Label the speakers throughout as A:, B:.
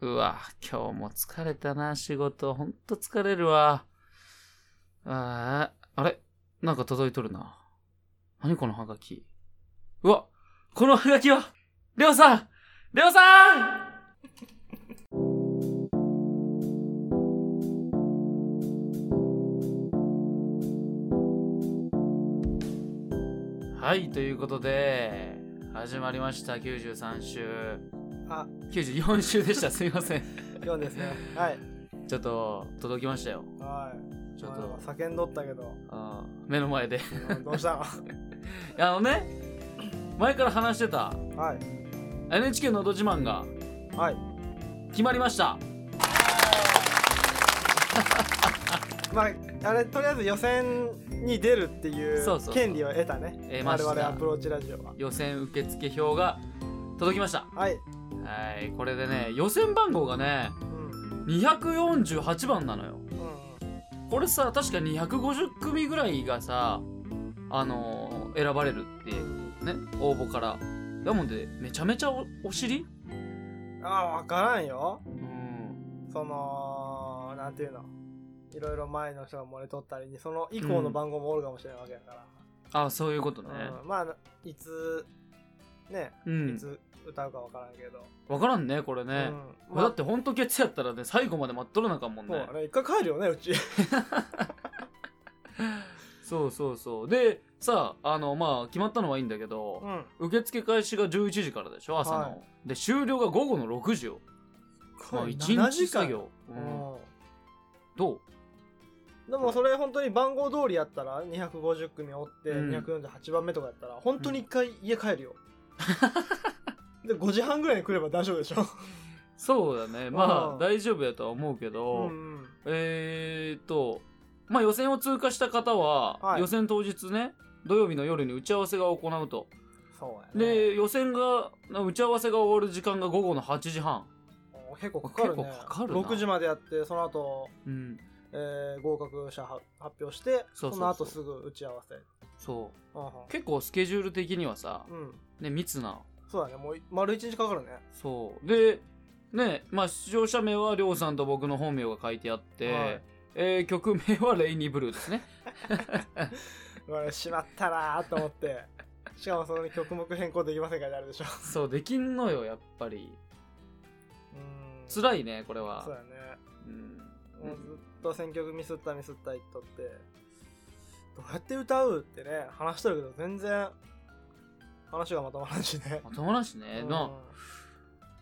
A: うわ、今日も疲れたな、仕事。ほんと疲れるわ。あーあれなんか届いとるな。何このハガキ。うわ、このハガキは、レオさんレオさんはい、ということで、始まりました、93週。
B: あ、
A: 94週でした、すいません。
B: 今日ですね。はい。
A: ちょっと、届きましたよ。
B: はい。
A: ちょっと
B: まあ叫んどったけど、
A: あー目の前で。い
B: うんどうしたの
A: やあのね、前から話してた、
B: はい。
A: NHK のど自慢が
B: はい。
A: 決まりました。
B: まあ、あれ、とりあえず予選に出るってい
A: そうそうそう
B: う権利を得たね。
A: 得ました
B: 我々アプローチラジオは。
A: 予選受付票が届きました。
B: はい。
A: はい、これでね、予選番号がね、
B: うん。うん
A: 248番なのよ。
B: うん。
A: これさ、確か250組ぐらいがさ、あのー選ばれるってね、応募から。だもんで、めちゃめちゃおお尻
B: ああ、わからんよ。
A: うん。
B: その、なんていうの。いろいろ前の人が漏れとったりに、その以降の番号もおるかもしれないわけやか
A: あそういうことね
B: ら。。うん。まあ、いつ、ね、
A: う
B: い
A: ん。
B: つ歌うかわからんけど。
A: わからんね、これ
B: う
A: ね。
B: ん。
A: これだってほんとケツやったらね、最後まで待っとらなあかんもん
B: そう
A: ね
B: だ。ね。一回帰るよね、うち。
A: そうそうそう。で、さ、あの、まあ、決まったのはいいんだけ
B: う
A: ど、
B: ん。
A: 受付開始が11時からでしょ、朝の。
B: は
A: で、終了が午後の6時よ。まあ、1日作業。
B: う
A: うん
B: ん
A: どう
B: でもそれ本当に番号通りやったら250組おって
A: うん
B: 248番目とかやったら本当に一回家帰 るよ、で5時半ぐらいに来れば大丈夫でし ょ
A: そうだね。ま
B: う
A: あ、
B: ん
A: 大丈夫やとは思うけ
B: う
A: ど、
B: ん
A: えーっと、まあ予選を通過した方は、
B: はい
A: 予選当日ね、土曜日の夜に打ち合わせが行うと。
B: そうやね
A: で、予選が、な打ち合わせが終わる時間が午後の8時半。
B: お結構かかるね
A: 結構かかるな
B: 6時までやってその後、
A: うん、
B: えー合格者は発表して
A: そうそうそう
B: の後すぐ打ち合わせ
A: そ
B: うん
A: う。結構スケジュール的にはさ、
B: うん、うん
A: ね、密な。
B: そうだねもう丸1日かかるね
A: そう。で、ね、まあ出場者名はりょうさんと僕の本名が書いてあって、
B: はい
A: えー曲名はレイニーブルーです ね。
B: うわしまったなーと思って しかもその曲目変更できませんからねあれでしょ
A: そう、できんのよ、やっぱり。
B: うん
A: 辛いね、これは
B: そう。だね
A: うん
B: もうずっと選曲ミスったミスった言っとってどうやって歌うってね話してるけど全然話がまとまらんしね
A: まともなしね。な、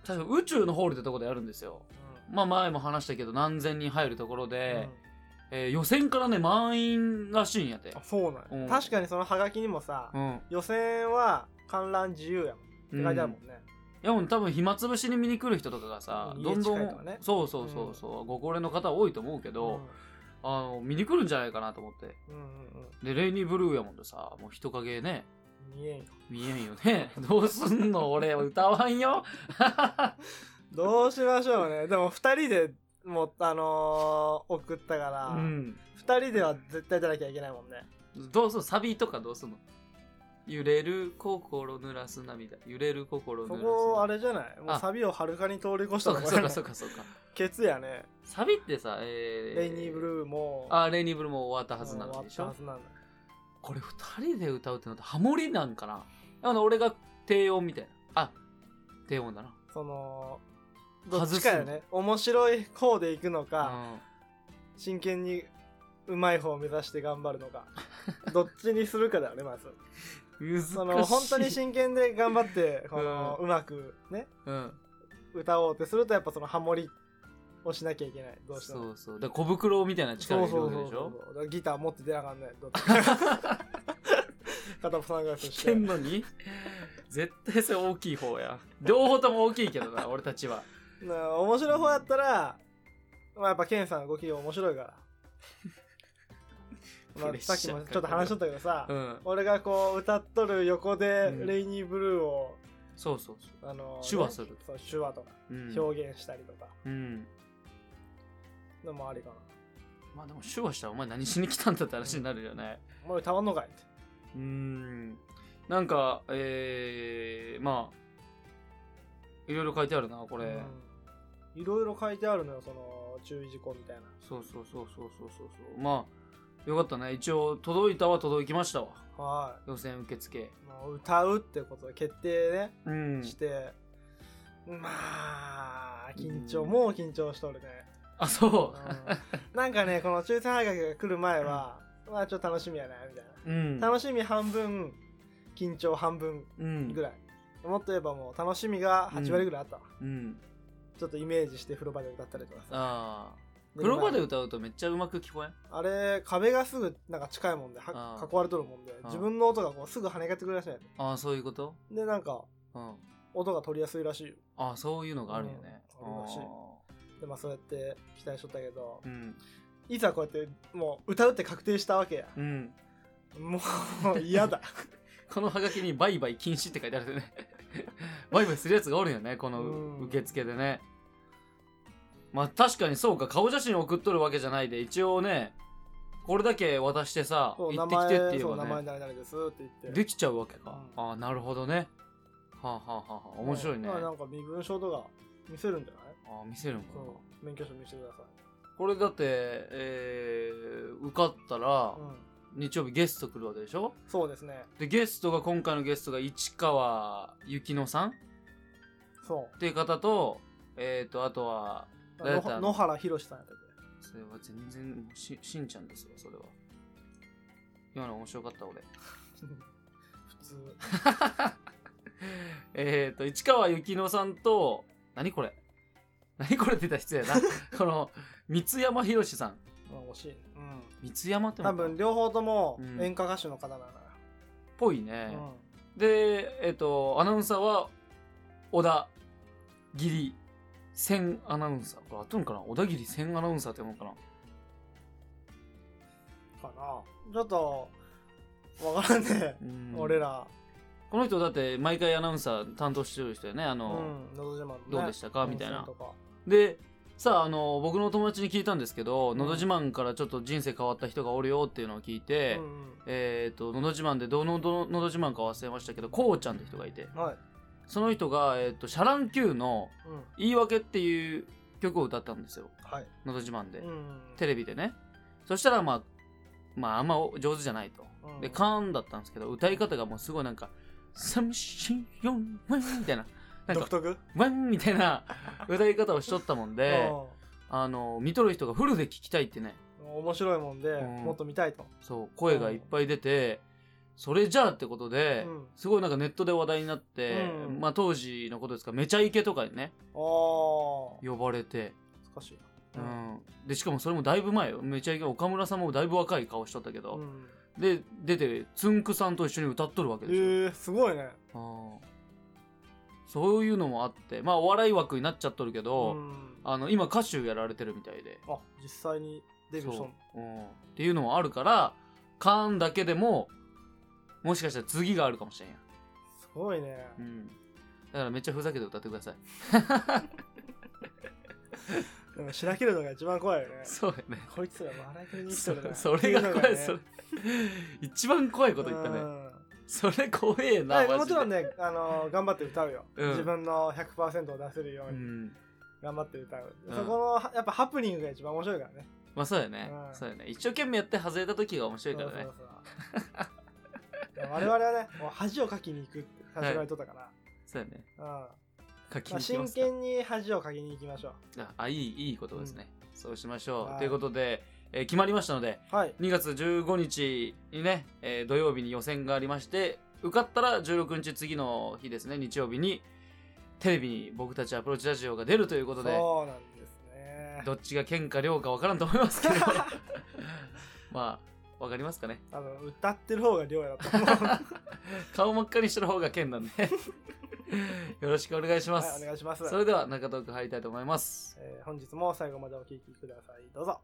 A: 確か宇宙のホールってとこでやるんですよ。
B: うん
A: まあ前も話したけど何千人入るところで、
B: う
A: えー予選からね満員らしいんやて
B: んあ。そうなんや、
A: うん
B: 確かにそのハガキにもさ、
A: うん。
B: 予選は観覧自由やもんって書いてあるもんね、
A: いやもう多分暇つぶしに見に来る人とかがさ、
B: うん
A: どんど
B: 家近いとか
A: ん、
B: ね
A: そうそうそうそう、ご高齢の方多いと思うけど、あの見に来るんじゃないかなと思って。
B: うん、うんうん
A: でレイニーブルーやもんでさ、もう人影ね。
B: うん見えんよ
A: 見えんよね。 どうすんの俺歌わんよ。
B: どうしましょうねでも2人でもうあのー送ったから、
A: う
B: 二
A: ん。
B: 2人では絶対出なきゃいけないもんね
A: どうすんサビとかどうすんの揺れる心濡らす涙。揺れる心濡
B: そ
A: らす
B: こあ
A: れ
B: れじゃないも
A: あ
B: うサビをはるかに通り越し
A: そ
B: た
A: う
B: と
A: か
B: こ
A: そう
B: やね
A: かそうかそうか。
B: ケツやね
A: サビってさ、えー、
B: レイニーブルーも
A: あレイニーブルーも終わったはずなのでし
B: 終わ
A: ょ
B: ったはずなんだ
A: これ2人で歌うってなったらハモリなんかなあの俺が低音みたいなあ低音だな
B: そのど
A: 外
B: っ
A: す
B: ちかよね面白い方で行くのか、
A: あ、
B: 真剣にうまい方を目指して頑張るのか どっちにするかだよねまず
A: うん、難しい
B: その本当に真剣で頑張ってこの、
A: う
B: うまくね
A: うん、
B: 歌おうってするとやっぱそのハモリをしなきゃいけないどうしても
A: そうそうだから小袋みたいな力
B: そ
A: が
B: う
A: いるわけで
B: そうそう
A: しょ
B: そうだからギター持って出なあかんねどっちか 片っぽサングラス
A: 弾
B: し
A: け
B: て
A: んのに 絶対それ大きい方や両方とも大きいけど な俺たちは
B: な面白い方やったら、まあ、やっぱケンさんの動きが面白 いから、まあ
A: プレッシャ
B: さ
A: ー
B: っきもちょっと話しとったけどさ、
A: うん
B: 俺がこう歌っとる横で
A: うん
B: レイニーブルーを、
A: そうそうそ
B: あの
A: 手話する
B: そう手話とか
A: ううん、
B: 表現したりとか、
A: うん、
B: でもありかな
A: まあでも手話したらお前何しに来たんだって話になるよね
B: もう歌わんのかいって
A: うーん。なんか、えー、まあ、いろいろ書いてあるな、こ
B: こ
A: れ。
B: いろいろ書いてあるのよその注意事項みたいな
A: そうそうそうそうそうそうそうまあよかったね一応届いたは届きましたわ
B: は
A: 予選受付
B: いもう歌うってことで決定ね
A: うん
B: して、まあ緊張、
A: うん
B: もう緊張しとるね、
A: あそ
B: うんなんかねこの抽選はがきが来る前は、まあちょっと楽しみやなみたいう
A: うん
B: な楽しみ半分緊張半分
A: うん
B: ぐらい、もっと言えばもう楽しみが8割ぐらいあったわ、
A: うん
B: ちょっとイメージして風呂場で歌ったりとかさ
A: ああ風呂場で歌うとめっちゃうまく聞こえん
B: あれ壁がすぐなんか近いもんで
A: あ
B: は
A: ー
B: 囲われとるもんで
A: ん
B: 自分の音がこうすぐ跳ね返ってくるらしいんやで
A: ああそういうこと
B: でなんか
A: うん
B: 音が取りやすいらしいよ
A: ああそういうのがあるよね
B: うんあるらしい
A: あ
B: でまあそうやって期待しとったけど
A: ーうん
B: いざこうやってもう歌うって確定したわけや
A: うん
B: もう嫌 だ
A: このハガキにバイバイ禁止って書いてあるよね バイバイするやつがおるよねこの
B: うん
A: 受付でねまあ確かにそうか顔写真送っとるわけじゃないで一応ねこれだけ渡してさ
B: そう
A: 行
B: 名
A: ってきてって
B: 前
A: 言
B: そう
A: え
B: 名
A: ば
B: 前
A: ね
B: 誰々ですって言って
A: できちゃうわけか、
B: う
A: ああなるほどねはあはあはあはあ面白いね、
B: まあな
A: あ
B: んか身分証とか見せるんじゃない
A: あ見せるんかな
B: そう免許証見せてください
A: これだって、えー受かったら
B: うん
A: 日曜日ゲスト来るわけでしょ
B: そうですね
A: でゲストが今回のゲストが市川由紀乃さんっ
B: そう
A: ていう方とえっ、とあとは誰だった
B: 野野原宏さんやったっ
A: それは全然もうししんちゃんですよそれは今の面白かった俺
B: け 普通
A: えっと市川由紀乃さんと何これ何これって言ったら失礼だな この三山ひろしさん
B: まあ惜しい、うん
A: 三山っての
B: 多
A: か
B: 分両方とも
A: うん
B: 演歌歌手の方なのよ、
A: ぽいうね、
B: ん
A: でえっ、とアナウンサーは小田切千アナウンサーこれ合っとんかな小田切千アナウンサーって思うかな
B: かなちょっとわからんね、
A: うん
B: 俺ら、
A: この人だって毎回アナウンサー担当してる人よねあ
B: う
A: の、
B: ん「のど自慢」のね
A: どうでしたかみたいな
B: 温泉とか
A: でさああの僕の友達に聞いたんですけど「のど自慢」からちょっと人生変わった人がおるよっていうのを聞いて、
B: うんうん
A: えっ、と「のど自慢」でどのどののど自慢か忘れましたけどこうちゃんって人がいて
B: はい、
A: その人が、えー、とシャラン Q の
B: うん
A: 「言い訳」っていう曲を歌ったんですよ
B: はい
A: 「のど自慢で」
B: うん
A: テレビでねそしたらまあまああんま上手じゃないと
B: うん
A: でカーンだったんですけど歌い方がもうすごいなんか「寂しいよワン」みたいな なん
B: 独
A: か
B: 特
A: 「ワン」みたい な歌い方をしとったもんであの見とる人がフルで聞きたいってね
B: うん面白いもんで、
A: うん
B: もっと見たいと、
A: そう声がいっぱい出てそれじゃあってことで、
B: うん
A: すごいなんかネットで話題になって、
B: うん
A: まあ当時のことですからめちゃイケとかにね
B: ああ
A: 呼ばれて、
B: 難しい
A: うん
B: な
A: でしかもそれもだいぶ前よめちゃイケ岡村さんもだいぶ若い顔しとったけど、
B: うん
A: で出てつんくさんと一緒に歌っとるわけ
B: え
A: ですよ、
B: ー、すごいね
A: あーそういうのもあってまあお笑い枠になっちゃっとるけど、
B: うんあ
A: あの今歌手やられてるみたいで
B: 実際にデビューしたの
A: そう、うん、っていうのもあるからカーンだけでももしかしたら次があるかもしれんやん、
B: すごいね
A: うん、だからめっちゃふざけて歌ってください
B: でも白切るのが一番怖いよね
A: そうやね
B: こいつら笑い取りに来て
A: そ
B: るな
A: それが
B: ってうの
A: 怖い
B: ね
A: それ一番怖いこと言ったねそれ怖え
B: うん
A: な
B: は
A: マ
B: い
A: ジで
B: もちろんね、あの頑張って歌うよ、
A: うん
B: 自分の100%を出せるよ
A: う
B: うに
A: ん
B: 頑張って歌う、
A: うん
B: そこのやっぱハプニングが一番面白いからね
A: まあそうやね、
B: うん
A: そうやね一生懸命やって外れた時が面白いからね
B: そうそうそう我々はねもう恥をかきに行くって最初から言っとったから、
A: そうやね
B: うんま
A: 書き
B: あ、
A: に行きま
B: 真
A: すか
B: 剣に恥をかきに行きましょ
A: ああいいいいことですね、そうしましょ
B: は
A: う
B: い
A: ということで、えー決まりましたので
B: うはい
A: 2月15日にね、えー土曜日に予選がありまして受かったら16日次の日ですね日曜日にテレビに僕たちアプローチラジオが出るということで
B: そうなんですね
A: どっちが県か量か分からんと思い ますけどまあ分かりますかね
B: 多分歌ってる方が亮やだと思う、 はい、
A: 顔真っ赤にしてる方が県なんで よろしくお願いします、
B: お願いします
A: それでは中トーク入りたいと思います
B: えー本日も最後までお聴きくださいどうぞ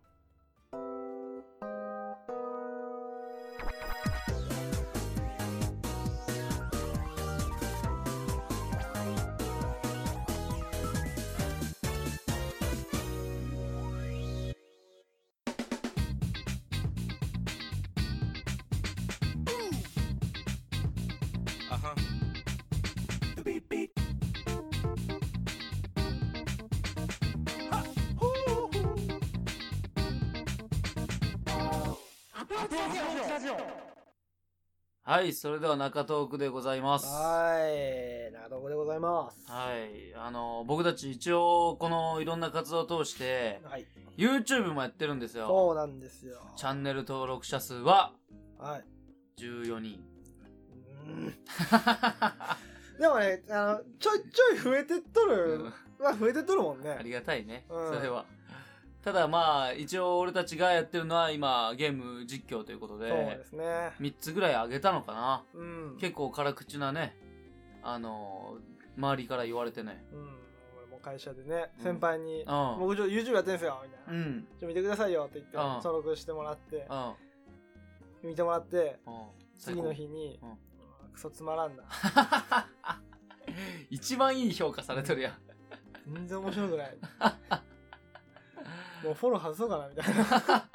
A: はい、それでは中トークでございます。は
B: はい、などこでございます。
A: い。あの、僕たち一応、このいろんな活動を通して、
B: はい。
A: YouTube もやってるんですよ。
B: そうなんですよ。
A: チャンネル登録者数は
B: はい。
A: 14人。
B: うんでもね、あの、ちょいちょい増えてっとる、まあ増えてっとるもん
A: あり
B: ね。
A: がたいね、
B: うん
A: それは。ただまあ、一応俺たちがやってるのは今、ゲーム実況ということ
B: そう
A: で
B: で、すね。
A: 3つぐらい上げたのかな。
B: うん。
A: 結構辛口なね、あのー周りから言われてね。
B: うん。俺も会社でね、
A: うん
B: 先輩
A: う、
B: に
A: ん。
B: 僕ちょ YouTube やってんすよ、みた
A: う
B: いな。
A: ん。うん。
B: ちょ見てくださいよって言って、
A: うん
B: 登録してもらって、
A: うん。
B: 見てもらって、
A: 最
B: 次
A: 高
B: の日に、
A: うん
B: うわクソつまらんな。
A: 一番いい評価されてるやん。
B: 全然面白 くない。もうフォロー外そうかな、みたいな。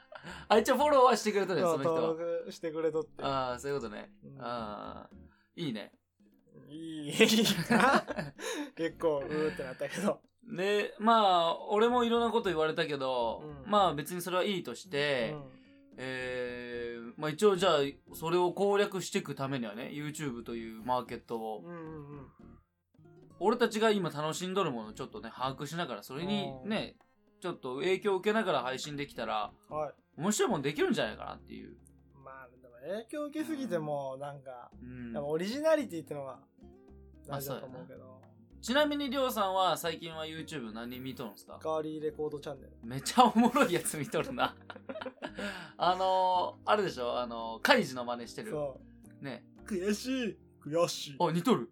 A: あ、一応フォローはしてくれてるよ、その人
B: 登
A: は。
B: 録してくれとって。
A: ああ、そういうことね。
B: うん
A: ああ、いいね。
B: いい、いいか結構、うーってなったけど。
A: で、まあ、俺もいろんなこと言われたけど、
B: うん
A: まあ別にそれはいいとし
B: う
A: て、
B: ん
A: えー、まあ一応じゃあ、それを攻略していくためにはね、YouTube というマーケットを、
B: うんうんうん。
A: 俺たちが今楽しんどるものをちょっとね、把握しながら、それにね、ちょっと影響を受けながら配信できたら、
B: はい。
A: 面白いもんできるんじゃないかなっていう。
B: まあ、でも影響受けすぎても、なんか、
A: うん
B: やっぱオリジナリティってのが大事だと思うけど、
A: ちなみにりょうさんは最近は YouTube 何見とるんすか
B: ガーリーレコードチャンネル。
A: めっちゃおもろいやつ見とるな。 あのー、あれでしょあのー、カイジの真似してる。
B: そ
A: ね。
B: う。悔しい、悔しい、
A: あ、似とる。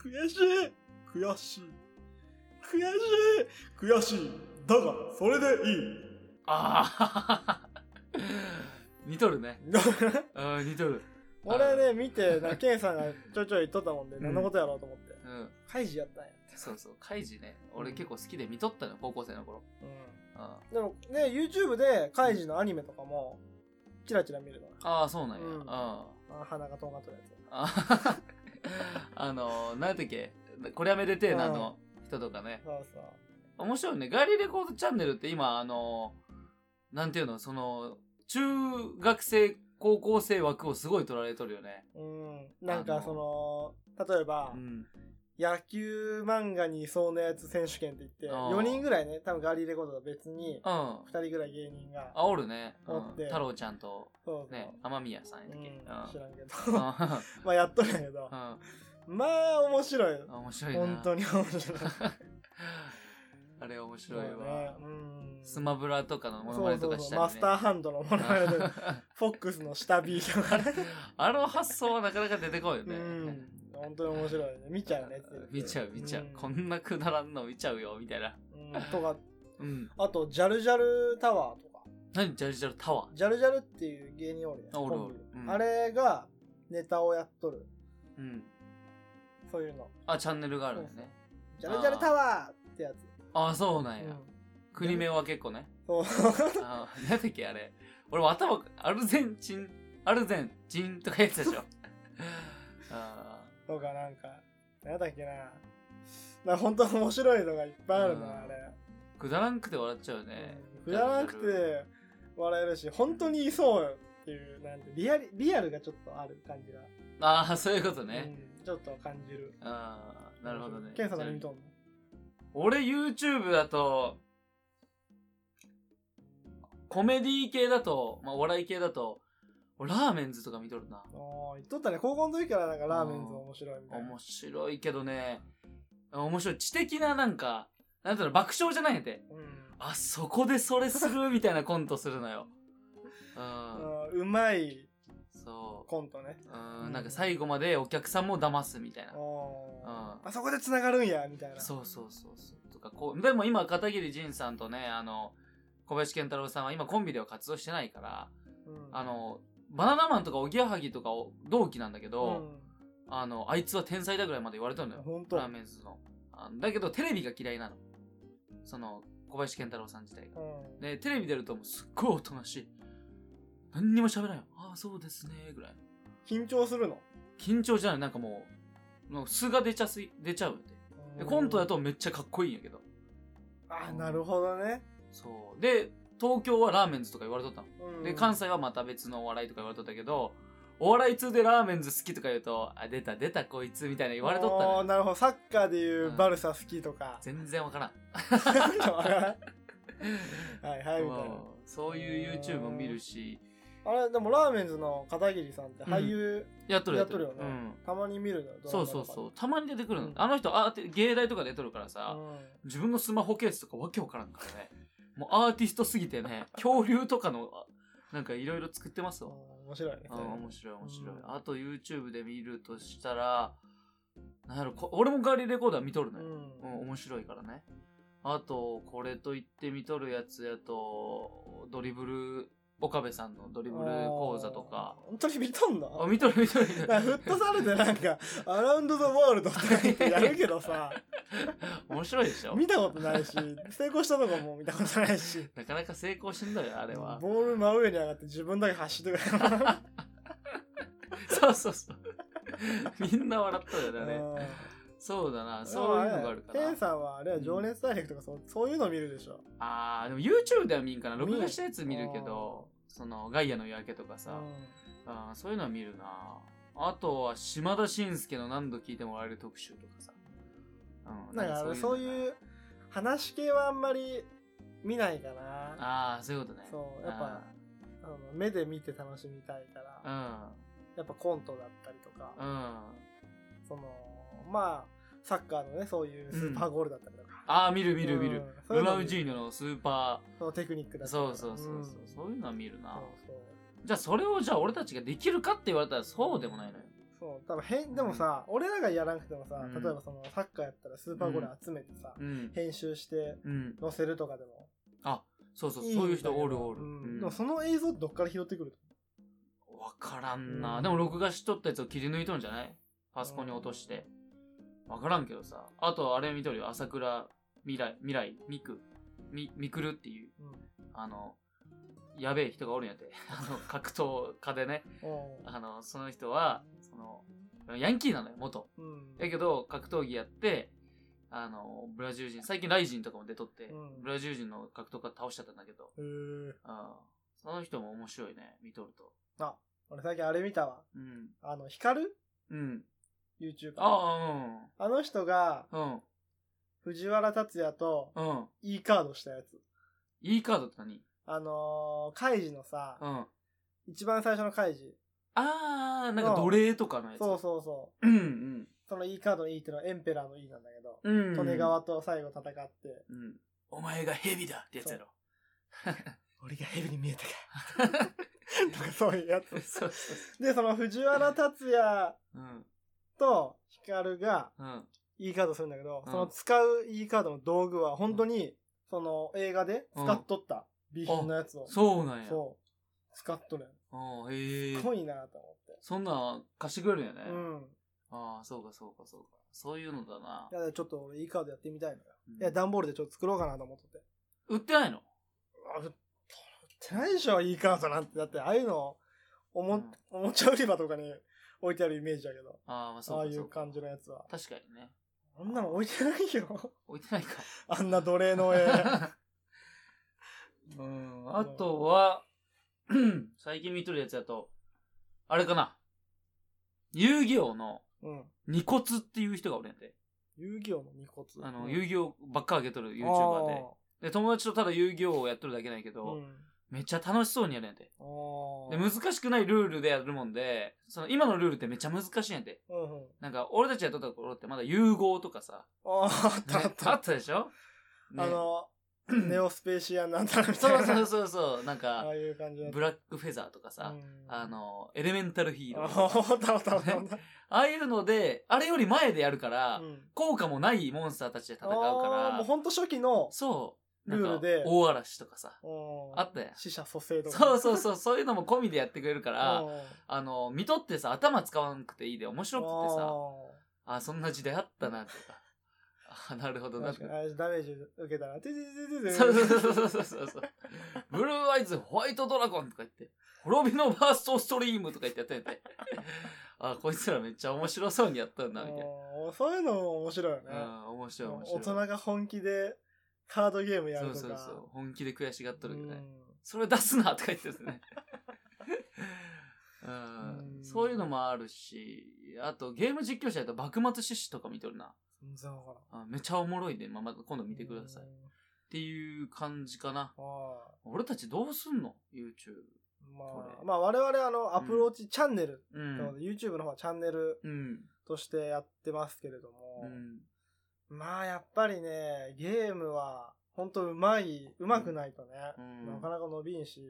B: 悔しい、悔しい、悔しい、悔しい。だが、それでいい。
A: ああ。 似とるね。うん、似とる。
B: 俺ね、見て、なケンさんがちょいちょい言っとったもんで、
A: うん
B: 何のことやろうと思って。
A: うん。
B: カイジやったんや。
A: そうそう。カイジね。俺結構好きで見とったの、高校生の頃。
B: うん。
A: うんあ
B: でもね、YouTube でカイジのアニメとかも、チラチラ見るのよ。
A: あー、そうなんや。
B: うん
A: うん。あ
B: あ鼻がとんがっとるやつ。
A: ーあのー、なんてっけ、これやめでてえなの人とかね。
B: そうそう。
A: 面白いね。ガリレコードチャンネルって今、あの、なんていうの、その、中学生、高校生枠をすごい取られとるよね。
B: うん。なん
A: あ
B: か
A: の
B: その、例えば、
A: うん。
B: 野球漫画にいそうなやつ選手権って言って、
A: あー
B: 4人ぐらいね、多分ガリレコードと別に、
A: うん。
B: 2人ぐらい芸人が、
A: あ、おるね。う
B: お
A: ん
B: っ、て
A: 太郎ちゃんと、
B: そうそう。
A: ね、天宮さんやった
B: う
A: っけ。うんん。
B: 知らんけ
A: う
B: ど。
A: ん
B: まあ、やっとるんやけど。まあ、面白い。
A: うん。 面白いな。
B: 本当に面白い。
A: あれ面白い
B: そうね
A: わ。
B: うん。
A: スマブラとかのモノ
B: そ
A: マ
B: う
A: ネと
B: そう
A: かし
B: そ
A: た
B: う。
A: り、ね。
B: マスターハンドのものまね とかフォックスの下 B とかね。
A: あの発想はなかなか出てこいよ
B: う
A: ね。
B: ん。本当に面白いね。見ちゃうね。つい
A: 見ちゃう見ちゃう、
B: ん
A: こんなくだらんの見ちゃうよ、みたいな。
B: うんとか、
A: うん。
B: あと、ジャルジャルタワーとか。
A: 何ジャルジャルタワー。
B: ジャルジャルっていう芸人おるやん。
A: あおるおる
B: コンビ
A: うん
B: あれがネタをやっとる。
A: うん。
B: そういうの。
A: あ、チャンネルがあるんですね。
B: ジャルジャルタワーってやつ。
A: あ、そうなん
B: う
A: や。
B: ん
A: 国名は結構ね。
B: そう。
A: あ、なんだっけあれ。俺も頭、アルゼンチン、アルゼンチンとかやつで しょ。あ
B: とかなんか、なんだっけな。なんか本当面白いのがいっぱいある
A: うん
B: な、あれ。
A: ーくだらんくて笑っちゃうね。
B: くだらなくて笑えるし、本当にいそうよっていう、なんて、リアリリアルがちょっとある感じが。
A: ああ、そういうことね。
B: うんちょっと感じる。
A: ああ、なるほどね。
B: ケンさん何見とんの
A: 俺 YouTube だと、コメディ系だと、まあ、お笑い系だと、俺ラーメンズとか見とるな。
B: ああ、言っとったね。高校の時からなんかラーメンズ面白いみたいな。
A: 面白いけどね、面白い。知的ななんか、なんていうの、爆笑じゃないんやて。
B: うん
A: あ、そこでそれするみたいなコントするのよ。うん。
B: あーうまい
A: そ
B: コントね。
A: う。うん。なんか最後までお客さんも騙すみたいな。
B: あ
A: う
B: あそこで繋がるんや、みたいな。
A: ん。そうそうそうそう。とか、こう、でも今、片桐仁さんとね、あの、小林健太郎さんは今コンビでは活動してないから、
B: うん
A: あ、の、バナナマンとかおぎやはぎとかを同期なんだけ
B: う
A: ど、あの、あいつは天才だぐらいまで言われたのよ
B: ん。。ほんと。
A: ラーメンズの。あだけど、テレビが嫌いなの。その、小林健太郎さん自体が。
B: うん
A: で、テレビ出るともうすっごいおとなしい。何にも喋らんよ。ああ、そうですね、ぐらい。
B: 緊張するの。
A: 緊張じゃない、なんかもう、もう素が出ちゃすい、出ちゃうんで。で、コントだとめっちゃかっこいいんやけど。
B: あーなるほどね。
A: そう。で、東京はラーメンズとか言われとったの。
B: うん
A: で、関西はまた別のお笑いとか言われとったけど、お笑い通でラーメンズ好きとか言うと、あ、出た出たこいつみたいな言われとった
B: お
A: の
B: ー
A: よ。
B: なるほどサッカーでいううんバルサ好きとか、
A: 全然わからん。
B: なんかわからんはいはいみたいな
A: うんそういう YouTube も見るし、
B: あれでもラーメンズの片桐さんって俳優、
A: やっとる
B: やっとるよね、
A: うん。
B: たまに見るのよドラ
A: そ
B: マ
A: う
B: と
A: そ
B: か
A: うそう。たまに出てくるの。
B: うん
A: あの人、あ芸大とか出とるからさ、
B: うん
A: 自分のスマホケースとかわけわからんからね。もうアーティストすぎて ね、恐竜とかの、あなんかいろいろ作ってますわ。
B: うん面白いね
A: あ面白い面白い。
B: うん
A: あと YouTube で見るとしたら、なんやろ、こ俺もガリレコーダー見とるの
B: う
A: よ。
B: ん
A: うん、面白いからね。あと、これと言って見とるやつやと、ドリブル、岡部さんのドリブル講座とか。
B: あー本当に見とん
A: あ、
B: の
A: 見とる見とる見と
B: だ
A: る
B: からフットサルで なんか「アラウンド・ザ・ワールド」ってやるけどさ
A: 面白いでしょ
B: 見たことないし成功したとこも見たことないし
A: なかなか成功しんどいよ、あれは。
B: ボール真上に上がって自分だけ走ってくる
A: そうそうそう。みんな笑ったよねあれ。
B: うん
A: そうだな、そういうのがあるか
B: でも
A: ら
B: れ天。さんはあれは情熱大陸とかそう,、そういうの見るでしょ。
A: あー、でも YouTube では見んかな。
B: 見る
A: 録画したやつ見るけど、その、ガイアの夜明けとかさ、
B: う、
A: あーそういうのは見るな。あとは、島田紳介の何度聞いてもらえる特集とかさ。うん
B: なんかあれそう
A: うの
B: いう話系はあんまり見ないかな。
A: あー、そういうことね。
B: そうやっぱあの目で見て楽しみたいから、
A: あ
B: やっぱコントだったりとか、
A: ー。うん。うん。
B: そのまあサッカーのねそういうスーパーゴールだったりとか、
A: あー、見る見る見る。
B: うんそう
A: ロ
B: いうの
A: ラ
B: 見
A: ウ
B: る
A: ジーニョのスーパ
B: そのテクニックだ
A: ー。
B: ったり
A: そ
B: と
A: う
B: か
A: そうそうそう。
B: んそう
A: そういうのは見るな。
B: そう
A: じゃあそれをじゃあ俺たちができるかって言われたらそうでもないのよ。
B: そう多分変でもさ、俺らがやらなくてもさ、
A: うん
B: 例えばそのサッカーやったらスーパーゴール集めてさ、
A: うん。
B: 編集して
A: うん。
B: 載せるとかでも
A: そうそう、
B: いいんだ
A: そう
B: け
A: い
B: ど
A: う人おるおる。
B: う
A: うんん
B: で
A: わ
B: も、その映像どっから拾ってくる
A: からんな、
B: うん
A: でも録画しとったやつを切り抜いとるんじゃないパソコンに落として。わからんけどさ。あとあれ見とるよ。朝倉未来、未来、みく、み、みくるっていう、
B: と、
A: あの、やべえ人がおるんやって。 あの、格闘家でね。
B: う
A: あの、その人は、その、ヤンキーなのよ、元。
B: ん
A: やけど、格闘技やって、あの、ブラジル人、最近ライジンとかも出とって、
B: うん
A: ブラジル人の格闘家倒しちゃったんだけど、
B: うん、
A: あーその人も面白いね、見とると。
B: あ俺最近あれ見たわ
A: うん。
B: あの光る
A: うん。
B: YouTuber あ
A: あ
B: の人が
A: あ、うん。
B: 藤原竜也と
A: うん。うん。
B: E カードしたやつ
A: いいカードって何
B: あのー、カイジのさ、
A: うん。
B: 一番最初のカイジ
A: ああ、なんか奴隷とかのやつ。
B: そうそうそう
A: うん
B: その E カードの E ってのはエンペラーの E なんだけど、
A: うん。うん。
B: 利根。川と最後戦って
A: うん。お前が蛇だってやつやろ。
B: 俺がヘビに見えた かとかそういうやつ
A: そうそうそ
B: でその藤原竜也
A: う。うん。
B: と光が
A: うん。
B: いいカードするんだけど、
A: うん
B: その使ういいカードの道具は本当に、その映画で使っとった備品のやつを、
A: そうなんや。
B: そう使っとる
A: あーへえ
B: す。ごいなと思って、
A: そんなん貸してくれるんやね。
B: うん
A: ああ、そうかそうかそうか。そういうのだな。
B: いやちょっと俺いいカードやってみたいのよ、
A: うん
B: いや段ボールでちょっと作ろうかなと思ってて
A: 売ってないの
B: あ売ってないでしょいいカードなんてだってああいうのお
A: う
B: も,、
A: ん
B: おもちゃ売り場とかに置いてあるイメージだけど
A: ああ、まあそう
B: ああ
A: か
B: い
A: そううか
B: 感じのやつは
A: 確かにね。
B: あんなの置いてないよ
A: 置いてないか。
B: あんな奴隷の絵
A: うん。あとは、 最近見とるやつだと、あれかな。遊戯王の
B: うん
A: ニコツっていう人がおるんやて。
B: 遊戯王の二骨
A: あの、
B: うん
A: 遊戯王ばっか上げとる YouTuber で。で、友達とただ遊戯王をやっとるだけなんやけ
B: あ
A: ど、
B: ーうん
A: めっちゃ楽しそうにやるんやて。
B: あ
A: で、
B: ー
A: 難しくないルールでやるもんで、その今のルールってめっちゃ難しいんやて。
B: うんうん。
A: なんか、俺たちやっとった頃ってまだ融合とかさ、
B: ああ、あったあ
A: あ
B: っ。
A: ったたでしょ、ね
B: あ の、ネオスペーシアンなんたらみたい
A: そう
B: な。
A: そうそうそう、なん
B: あ
A: か
B: あ、いう感じだ
A: ブラックフェザーとかさ、あ、の、エレメンタルヒーロ
B: ああ
A: ー。
B: ー、あったあったあったあった。
A: ああいうので、あれより前でやるから、
B: うん
A: 効果もないモンスターたちで戦うか
B: あーもう
A: ら、
B: ほんと初期の、
A: そう、
B: ルールで
A: なんか大嵐とかさ、
B: うん
A: あったやん
B: 死者蘇生とか。
A: そううそうそう、そういうのも込みでやってくれるから、
B: ん
A: あの、見とってさ、頭使わなくていいで面白くてさ、あそんな時代あったな、とか。あなるほど
B: あー
A: な、
B: 確かにあれダメージ受けたら、ててててて
A: そうそうそうそうそうそう。ブルーアイズ、ホワイトドラゴンとか言って、滅びのバーストストリームとか言ってやったんやて。あ、こいつらめっちゃ面白そうにやったんだ、みたい
B: うんそういうのも面白いよね
A: な。。うん、面白い面白い。
B: 大人が本気でカードゲームや
A: そ
B: る
A: う
B: とか。
A: そうそう。本気で悔しがっとるけど
B: う
A: ね。
B: ん
A: それ出すなって書いてるね。 う
B: うん
A: ん、そういうのもあるし、あとゲーム実況者やと幕末志士とか見とるな。
B: 全然わからん。
A: あめちゃおもろいで、まあ、また今度見てください。っ
B: うん。
A: ていう感じかな。
B: は
A: 俺たちどうすんの ?YouTube。
B: い。ま
A: こ
B: あ、
A: れ
B: まあ我々あの、アプローチチャンネル、
A: う
B: なの
A: ん。
B: で YouTube の方はチャンネル
A: うん。
B: としてやってますけれども、
A: うん。
B: まあやっぱりね、ゲームは、ほんとうまい、うまくないとね、
A: うん
B: なかなか伸びんし、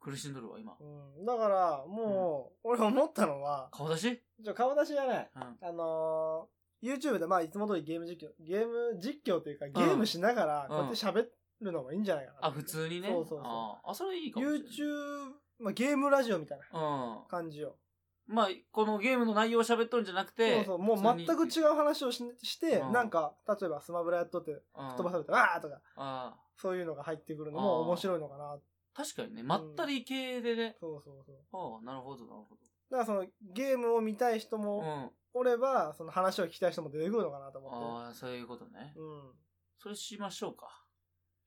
A: 苦しんどるわ、今
B: う。ん、だから、もう、俺思ったのは、
A: 顔出し
B: ちょ、顔出しじゃない。
A: うん。
B: あのー YouTube でまあいつも通りゲーム実況、ゲーム実況というか、ゲームしながら、こうやって喋るのもいいんじゃないかな。
A: あ、普通にね。
B: そうそうそう
A: あーあ、それいいかもしれない。
B: YouTube、まあ、ゲームラジオみたいな
A: うん。
B: 感じよ。
A: まあ、このゲームの内容を喋っとるんじゃなくて、
B: そうそう、もう全く違
A: う。
B: う話をしして、
A: うん
B: なんか、例えばスマブラやっとって、吹
A: うん、
B: っ飛ばされて、わーとか、
A: あ
B: そういうのが入ってくるのも面白いのかな。
A: ー確かにね、まったり系でね。
B: そうそうそう。
A: ああ、なるほど、なるほ
B: だからその、ゲームを見たい人
A: ど。う
B: も
A: ん。
B: おれば、その話を聞きたい人も出てくるのかなと思っ
A: ああ、そういうことね
B: て。。うん。
A: それしましょうか。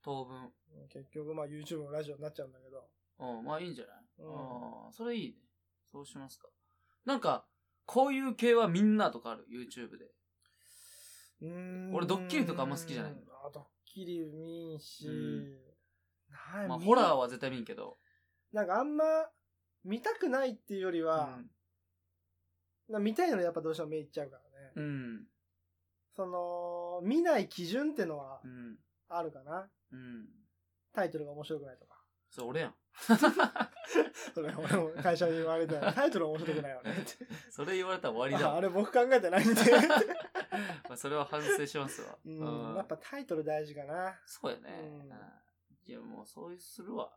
A: 当分。
B: 結局、まあ YouTube のラジオになっちゃうんだけど。
A: うん、まあいいんじゃない
B: うん
A: ああ、それいいね。そうしますか。なんか、こういう系はみんなとかある、YouTube で。
B: うーん
A: 俺ドッキリとかあんま好きじゃない
B: あドッキリ見んし、
A: うん
B: ない
A: まあ、
B: 見
A: ホラーは絶対見んけど。
B: なんかあんま見たくないっていうよりは、な見たいのにやっぱどうしても目いっちゃうからね、
A: うん。
B: その見ない基準ってのは
A: うん。
B: あるかな
A: うん。
B: タイトルが面白くないとか
A: それ俺やん。
B: それ俺も会社に言われてタイトル面白くないよねって
A: それ言われたら終わりだ
B: ああ
A: わ。
B: れ僕考えてないんで
A: まあそれは反省しますわ。
B: うんやっぱタイトル大事かな
A: そうやね。
B: うん
A: うんいや、もうそういうするわ。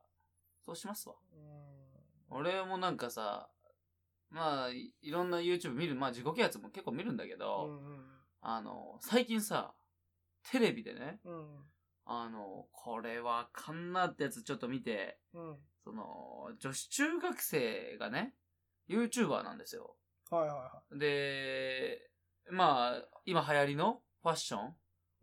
A: そうしますわ。
B: うん
A: 俺もなんかさ、まあ、いいろんな YouTube 見る、まあ自己啓発も結構見るんだけど、
B: うん
A: あの、最近さ、テレビでね、
B: うん
A: あの、これはあかんなってやつちょっと見て、
B: うんはい
A: その、女子中学生がね、YouTuber なんですよ。
B: はいは
A: で、まあ、今流行りのファッション
B: い、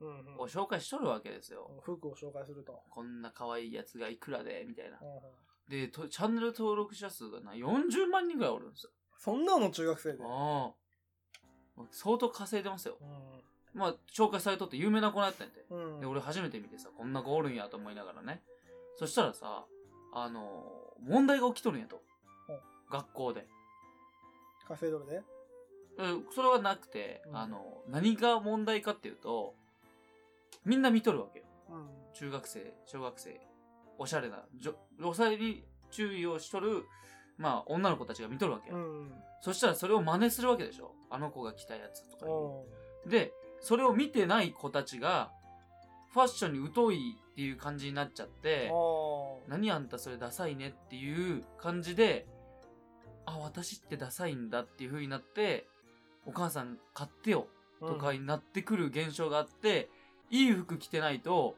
B: うんうん
A: を紹介しとるわけですよ。
B: 服を紹介すると、
A: こんな可愛いやつがいくらで、みたいな
B: う。んうん
A: で、とチャンネル登録者数がな、40万人ぐらいおるんですよ。
B: そんなの中学生で。
A: ああ。相当稼いでますよ
B: う。ん。
A: まあ、紹介されとって有名な子なんやったんやて。
B: うん。
A: で、俺初めて見てさ、こんな子おるんやと思いながらね。そしたらさ、あのー問題が起きとるんやと
B: うん。
A: 学校で。
B: 稼いどるで。
A: うんそれはなくて、
B: うん
A: あの、何が問題かっていうと、みんな見とるわけよ。
B: うん。
A: 中学生、小学生、おしゃれな、じょおしゃれに注意をしとる、まあ、女の子たちが見とるわけよ。
B: うん。
A: そしたらそれを真似するわけでしょあの子が着たやつとかに
B: おう
A: で、それを見てない子たちが、ファッションに疎いっていう感じになっちゃって、
B: おう
A: 何あんたそれダサいねっていう感じで、あ、私ってダサいんだっていう風になって、お母さん買ってよとかになってくる現象があって、いい服着てないと、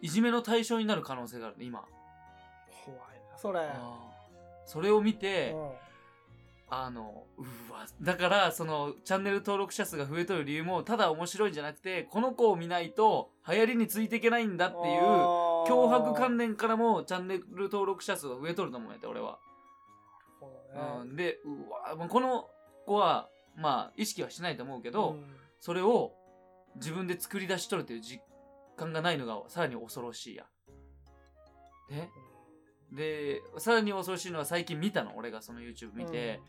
A: いじめの対象になる可能性があるね、今。
B: 怖いな、それ。
A: あーそれを見て、
B: うん
A: あの、うわ、だから、その、チャンネル登録者数が増えとる理由も、ただ面白いんじゃなくて、この子を見ないと、流行りについていけないんだっていう、
B: あー
A: 脅迫観念からも、チャンネル登録者数が増えとると思うんやて、俺は。
B: そうだ
A: う
B: ね
A: ん、で、うわ、まあこの子は、まあ、意識はしないと思うけど、
B: うん
A: それを、自分で作り出しとるっていう実感がないのが、さらに恐ろしいや。ねで、さらに恐ろしいのは最近見たの、俺がその YouTube 見て、、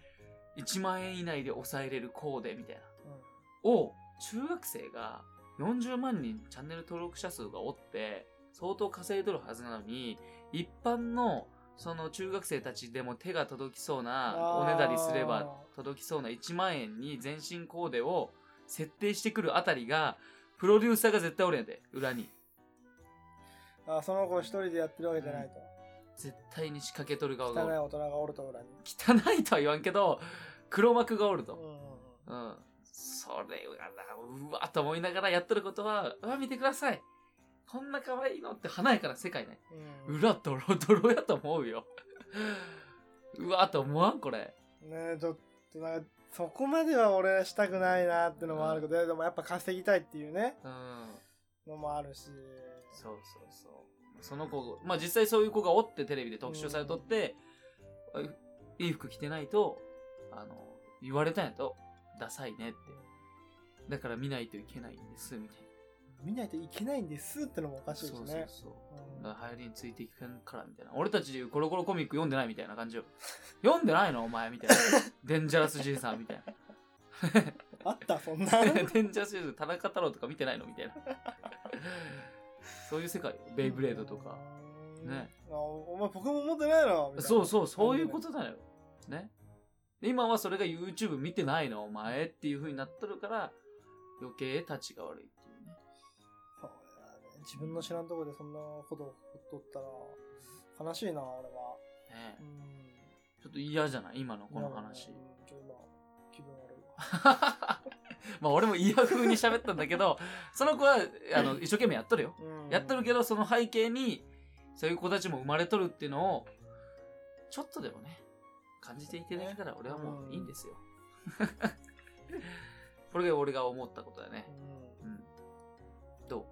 A: 1万円以内で抑えれるコーデみたいな。
B: うんうん
A: を、中学生が40万人チャンネル登録者数がおって、相当稼いどるはずなのに、一般のその中学生たちでも手が届きそうな、おねだりすれば届きそうな1万円に全身コーデを設定してくるあたりが、プロデューサーが絶対おるんやで、裏に。
B: あ、その子一人でやってるわけじゃないと。
A: 絶対に仕掛けとる側が
B: 汚
A: お
B: い
A: る。
B: 大人がおると裏に。
A: 汚いとは言わんけど、黒幕がおると。
B: う
A: うん。それがな、うわと思いながらやっとることは、うわ、見てください。こんな可愛いのって華やかな世界ね。
B: んうんうん。
A: 裏ドロドロやと思うよ。 うわと思わんこれ。
B: ねえ、ちょっとなんか、そこまでは俺はしたくないなってのもあるけど、でもやっぱ稼ぎたいっていうね。
A: うん。
B: のもあるし。
A: そうそうそう。その子、まあ実際そういう子がおってテレビで特集されとって、いい服着てないと、あの、言われたんやと、ダサいねって。だから見ないといけないんです、みたい
B: 見ないといけないんですってのもおか
A: な。
B: しいし
A: そうそう
B: ね。
A: そう。
B: うん
A: だから流行りについていけんから、みたいな。俺たちで言うコロコロコミック読んでないみたいな感じよ。読んでないのお前、みたい な。デンジャラス爺さん、みたいな。
B: あったそんな。
A: デンジャーシリーズ田中太郎とか見てないのみたいなそういう世界 ベイブレードとか。ね
B: あ。おお前ポケモン持ってないのみたいな
A: そうそうそういうことだよね今はそれが YouTube 見てないのお前っていう風になっとるから余計立ちが悪いっていうね
B: そうだね自分の知らんとこでそんなことをほっとったら、悲しいな、俺は。
A: ね
B: うん。
A: ちょっと嫌じゃない今のこの話
B: うん。ちょっと今、気分悪いわ。
A: まあ俺も嫌風に喋ったんだけど その子はあの一生懸命やっとるよ
B: うん
A: やっとるけどその背景にそういう子たちも生まれとるっていうのをちょっとでもね感じていただけたら俺はもういいんですよ。 これが俺が思ったことだね
B: う。ん
A: うん、ど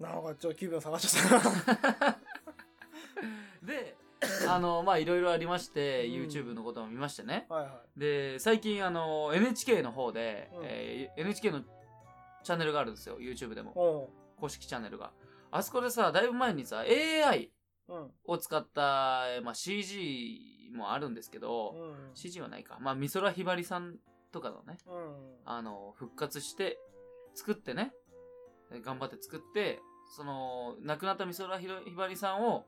B: なんかちょっと気分探しちゃったな。
A: うであのまあいろいろありまして、
B: うん
A: YouTube のことも見ましてね。
B: はいは
A: で最近あの NHK の方で、
B: うん
A: えー NHK のチャンネルがあるんですよ YouTube でも
B: い。
A: 公式チャンネルが。あそこでさだいぶ前にさ AI
B: うん。うん。
A: を使った、えーまあ、CG もあるんですけど、
B: うん。
A: CG はないか、まあ、美空ひばりさんとかのね
B: うん。
A: あの復活して作ってねえ頑張って作ってその亡くなった美空ひろひばりさんを、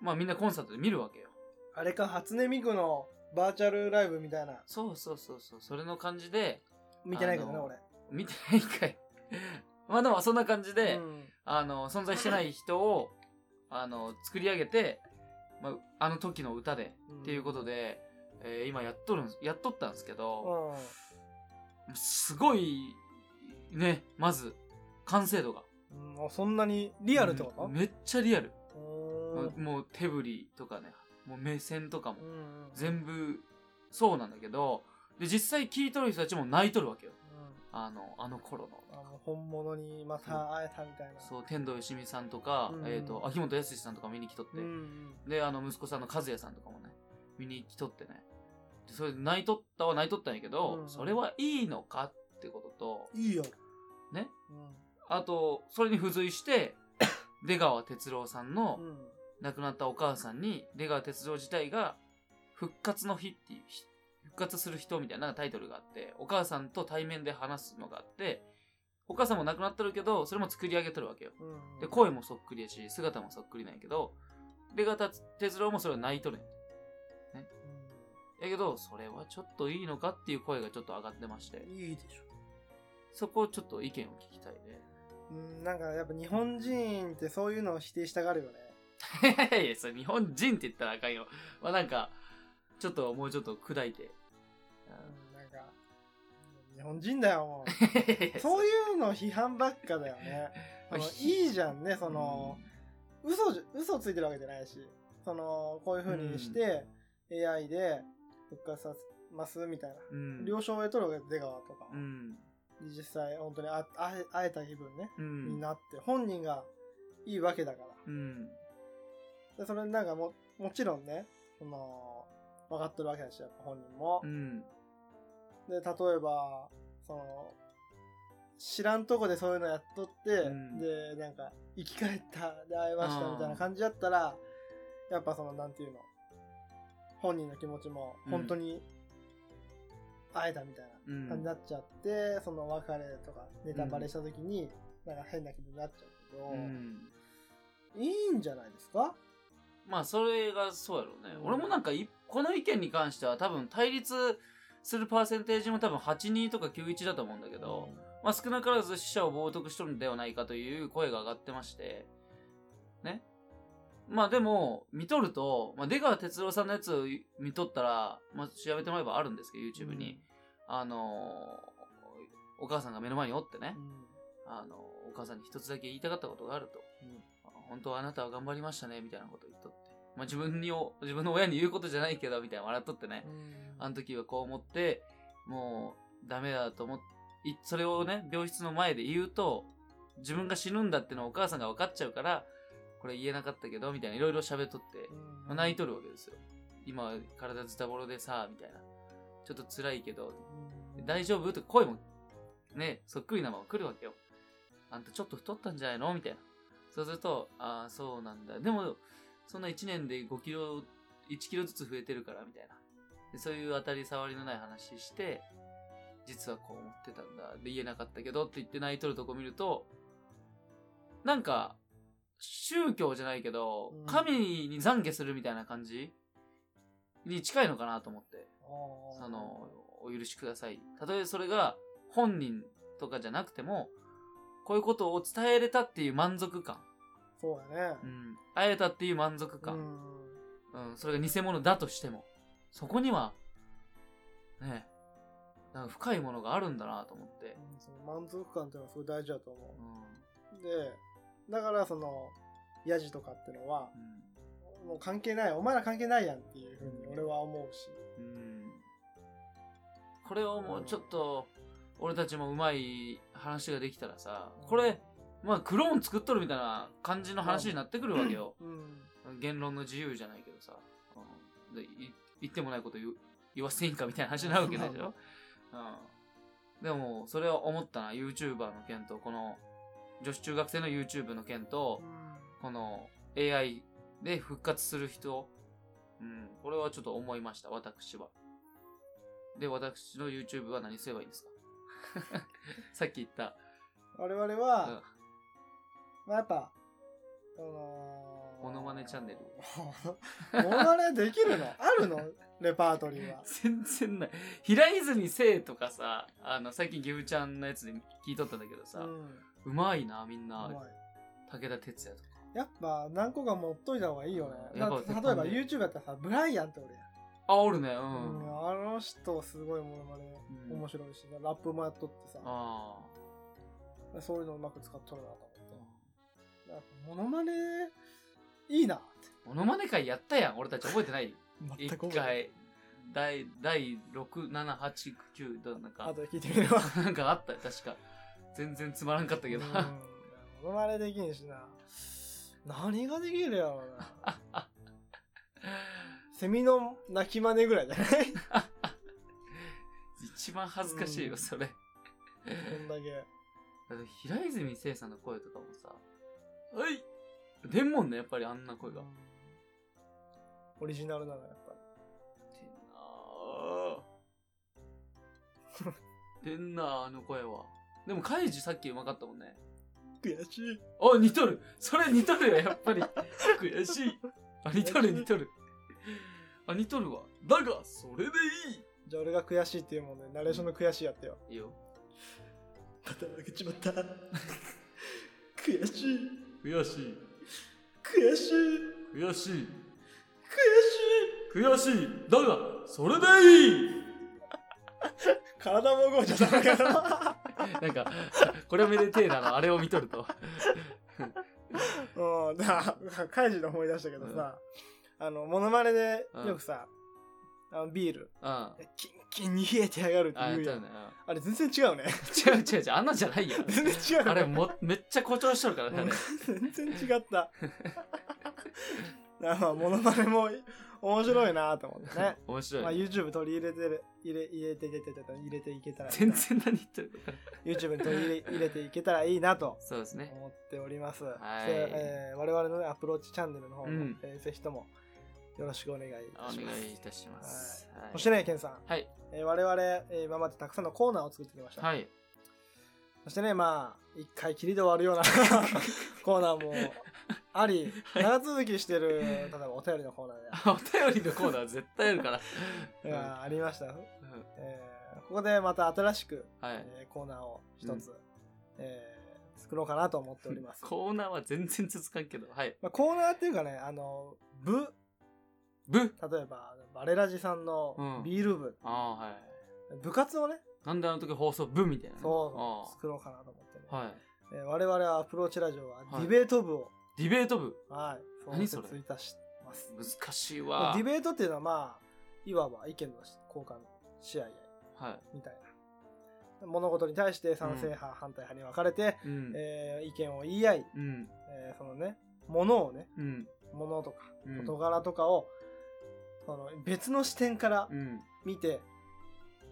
A: まあ、みんなコンサートで見るわけよ
B: あれか、初音ミクのバーチャルライブみたいな。
A: そうそうそうそうそれの感じで
B: 見てないけどね、
A: あの
B: 俺。
A: 見てないかい まあでもそんな感じで、
B: うん
A: あの存在してない人をあの作り上げて、まあ、あの時の歌でっていうことで、えー今やっとるんやっとったんですけど、
B: うん。
A: すごいねまず完成度が
B: うんあそんなにリアルってこと
A: うんめっちゃリアル、
B: う
A: もうもう手振りとかねもう目線とかも
B: んうん
A: 全部そうなんだけどで実際聴いとる人たちも泣いとるわけよ
B: うん
A: あのあの頃の
B: あの本物にまた会えたみたいな。
A: そう天童よしみさんとか、
B: うん
A: えー、と秋元康さんとか見に来とって、
B: うんうん
A: であの息子さんの和也さんとかもね見に来とってねでそれで泣いとったは泣いとったんやけど、
B: うん
A: それはいいのかってことと
B: いいよ。
A: ね
B: うん
A: あとそれに付随して 出川哲朗さんの
B: うん
A: 亡くなったお母さんに出川哲朗自体が「復活の日」っていう日復活する人みたいなタイトルがあってお母さんと対面で話すのがあってお母さんも亡くなってるけどそれも作り上げてるわけよ
B: うん
A: で声もそっくりやし姿もそっくりなんやけど出川哲朗もそれは泣いとるんややけど、それはちょっといいのかっていう声がちょっと上がってまして
B: うん、いいでしょ。
A: そこをちょっと意見を聞きたい
B: うんなんかやっぱ日本人ってそういうのを否定したがるよね。
A: ね。 いやいや、それ日本人って言ったらあかんよ。まあなんか、ちょっともうちょっと砕いて。
B: うんなんか、日本人だよ、もう。
A: う
B: そういうの批判ばっかだよ ね。そのいいじゃんね、その、嘘じゃ、嘘ついてるわけじゃないし、その、こういう風にして、AI で復活させますみたいな。
A: うん。
B: 了承を得とるわけで、出川とか。
A: うん。
B: 実際、本当にああえ会えた気分ね、
A: うん。
B: になって、本人がいいわけだから。
A: うん。
B: でそれなんかも、もちろんね、その、分かってるわけだし、やっぱ本人も
A: う。ん。
B: で、例えば、その、知らんとこでそういうのやっとって、
A: うん
B: で、なんか、生き返った、で、会えましたみたいな感じだったら、やっぱその、なんていうの、本人の気持ちも、本当に、会えたみたいな感じになっちゃって、その別れとか、ネタバレした時に、なんか変な気分になっちゃうけど、
A: うん。
B: いいんじゃないですか
A: まあ、それがそうやろうね。
B: うん
A: 俺もなんかい、この意見に関しては多分対立するパーセンテージも多分82とか91だと思うんだけど、まあ、少なからず死者を冒涜しとるんではないかという声が上がってまして、ね。まあでも、見とると、まあ、出川哲朗さんのやつを見とったら、まあ、調べてもらえばあるんですけど、YouTube に。あのーお母さんが目の前におってね
B: う、ん
A: あのお母さんに一つだけ言いたかったことがあると。
B: うん
A: 本当はあなたは頑張りましたね、みたいなこと言っとって。まあ、自分にお、自分の親に言うことじゃないけど、みたいな笑っとってね。
B: うん
A: あの時はこう思って、もうダメだと思っいそれをね、病室の前で言うと、自分が死ぬんだってのはお母さんが分かっちゃうから、これ言えなかったけど、みたいな、いろいろ喋っとって、
B: うん
A: 泣いとるわけですよ。今、体ズタボロでさ、みたいな。ちょっと辛いけど、
B: うん
A: 大丈夫とか声も、ね、そっくりなまま来るわけよ。あんたちょっと太ったんじゃないのみたいな。そうすると、ああ、そうなんだ。でも、そんな1年で5キロ、1キロずつ増えてるから、みたいな。でそういう当たり障りのない話して、実はこう思ってたんだ。で、言えなかったけどって言って泣いとるとこ見ると、なんか、宗教じゃないけど
B: うん、
A: 神に懺悔するみたいな感じに近いのかなと思って。
B: あー
A: その、お許しください。たとえそれが本人とかじゃなくても、こういうことを伝えれたっていう満足感。
B: そうだね
A: う。ん。会えたっていう満足
B: う
A: 感。
B: ん
A: うん。それが偽物だとしても、そこには、ね、なんか深いものがあるんだなと思って。
B: うんその満足感っていうのはすごい大事だと
A: う
B: 思
A: ん。
B: う。で、だからその、ヤジとかってのは、もう関係ない、お前ら関係ないやんっていうふうに俺は思うし。
A: うん。うん。これをもうちょっと、俺たちもうまい話ができたらさ、これ、まあクローン作っとるみたいな感じの話になってくるわけよ。
B: うん。
A: 言論の自由じゃないけどさ、うんでい言ってもないこと言う言わせていいんかみたいな話になるわけでしょ、うん、でもそれは思ったな YouTuber の件とこの女子中学生の YouTube の件とこの AI で復活する人、うん、これはちょっと思いました私はで私の YouTube は何すればいいですかさっき言った、
B: 我々
A: う
B: は
A: ん、
B: まあやっぱ、その、
A: モノマネチャンネル。
B: モノマネできるのあるのレパートリ ーは。
A: 全然ない。平泉聖とかさ、あの、最近ギフちゃんのやつで聞いとったんだけどさ、
B: うん。
A: うまいな、みん
B: う
A: な。
B: まい
A: 武田鉄矢とか。
B: やっぱ何個か持っといた方がいいよね。
A: や
B: だ
A: っぱ
B: って例えば YouTube やったらさ、ブライアンっておるやん。
A: あ、おるね、う。
B: うんん、あの人すごいモノマネ
A: うん
B: 面白いし、ラップもやっとってさ、
A: あ
B: そういうのうまく使っとるなと思
A: あ。
B: って。やっぱモノマネいいなっ
A: モノマネ会やったやん、俺たち覚えて ない
B: て。
A: 一。回。第、第6、7、8、9、どうなんか
B: あ、とで聞いてみれば。
A: なんかあったよ、確か。全然つまらんかったけど。
B: うんモノマネできんしな。何ができるやろうな。 セミの鳴き真似ぐらいじゃない
A: 一番恥ずかしいよ、
B: うん
A: それ。
B: こんだけ。
A: だって平泉聖さんの声とかもさ、はい出んもんね、やっぱりあんな声が。
B: オリジナルなのやっぱり。
A: 出んなぁ。出んなぁ、あの声は。でも、カイジさっきうまかったもんね。
B: 悔しい。
A: あ、似とるそれ似とるよ、やっぱり。悔しい。あ、似とる似とる。あ、似とるわ。だが、それで
B: じゃあ俺が悔しいっていうもんね、ナレーションの悔しい やってよ。
A: いいいいよ。
B: また負けちまった。悔しい。
A: 悔しい。
B: 悔しい。
A: 悔しい。
B: 悔しい。
A: 悔しい。だが、それでいい
B: 体も動いちゃったんだけど。
A: なんか、これめでてえなの、あれを見とると。
B: うん、だ、カイジで思い出したけどさ、あの、モノマネで
A: うん
B: よくさ、あのビール、
A: うん。あ、
B: キンキンに冷えてやがるって
A: や
B: 言
A: っ
B: う
A: た
B: や
A: よ
B: ん。
A: ね。
B: あれ全然違 うね。
A: うん違う違う違う、あんなんじゃ ないよ。
B: 全然違うね。
A: あれも、めっちゃ誇張しとるからね、あれ。
B: うん全然 違った。だからまあ、モノマネも面白いなと思ってね。
A: 面白い
B: ま
A: ね、
B: あ、YouTube 取り入れてる、入れ、入れて、入れて、入れていけたらいい
A: 全
B: な。
A: 然何言ってるか
B: YouTube に取り入れ入れていけたらいい なと
A: そうですね
B: 思っております。
A: はい
B: そしてえー我々のねアプローチチャンネルの方も、
A: うん
B: えーぜひともよろしくお願いい
A: お
B: たします。
A: 願いいたしますはい
B: そしてね、ケンさん、
A: はい
B: えー我々、えー今までたくさんのコーナーを作ってきました。
A: はい
B: そしてね、まあ、一回きりで終わるような コーナーもあり、
A: はい
B: 長続きしてる、例えばお便りのコーナーで
A: お便りのコーナー絶対あ るから、うん
B: がありました。
A: うん
B: えーここでまた新しく、
A: はい
B: えーコーナーを一つ、えー作ろうかなと思っており ます。
A: コーナーは全然続かんけどはい
B: まあ、コーナーっていうかね、あの、部、
A: ブ
B: 例えば、バレラジさん
A: う
B: の
A: ん
B: ビール部、
A: ああはい
B: 部活をね、
A: なんであの時放送ブみたいなね
B: そう、作ろうかなと思ってね、
A: ああはい
B: えー我々はアプローチラジオはデ
A: はい
B: ィベート部を、
A: ディベート部
B: はい、
A: 何そ
B: 創
A: れ
B: 設いたします。
A: 難しいわ
B: ディベートっていうのはまあ、いわば意見の交換、試合
A: はい
B: みたいな物事に対して賛成派、反対派に分かれて、
A: うん。
B: えー意見を言い合い、
A: うん。
B: えーそのね物をね
A: うん。
B: 物とか
A: うん
B: 事柄とかを、その別の視点から
A: うん。
B: 見て、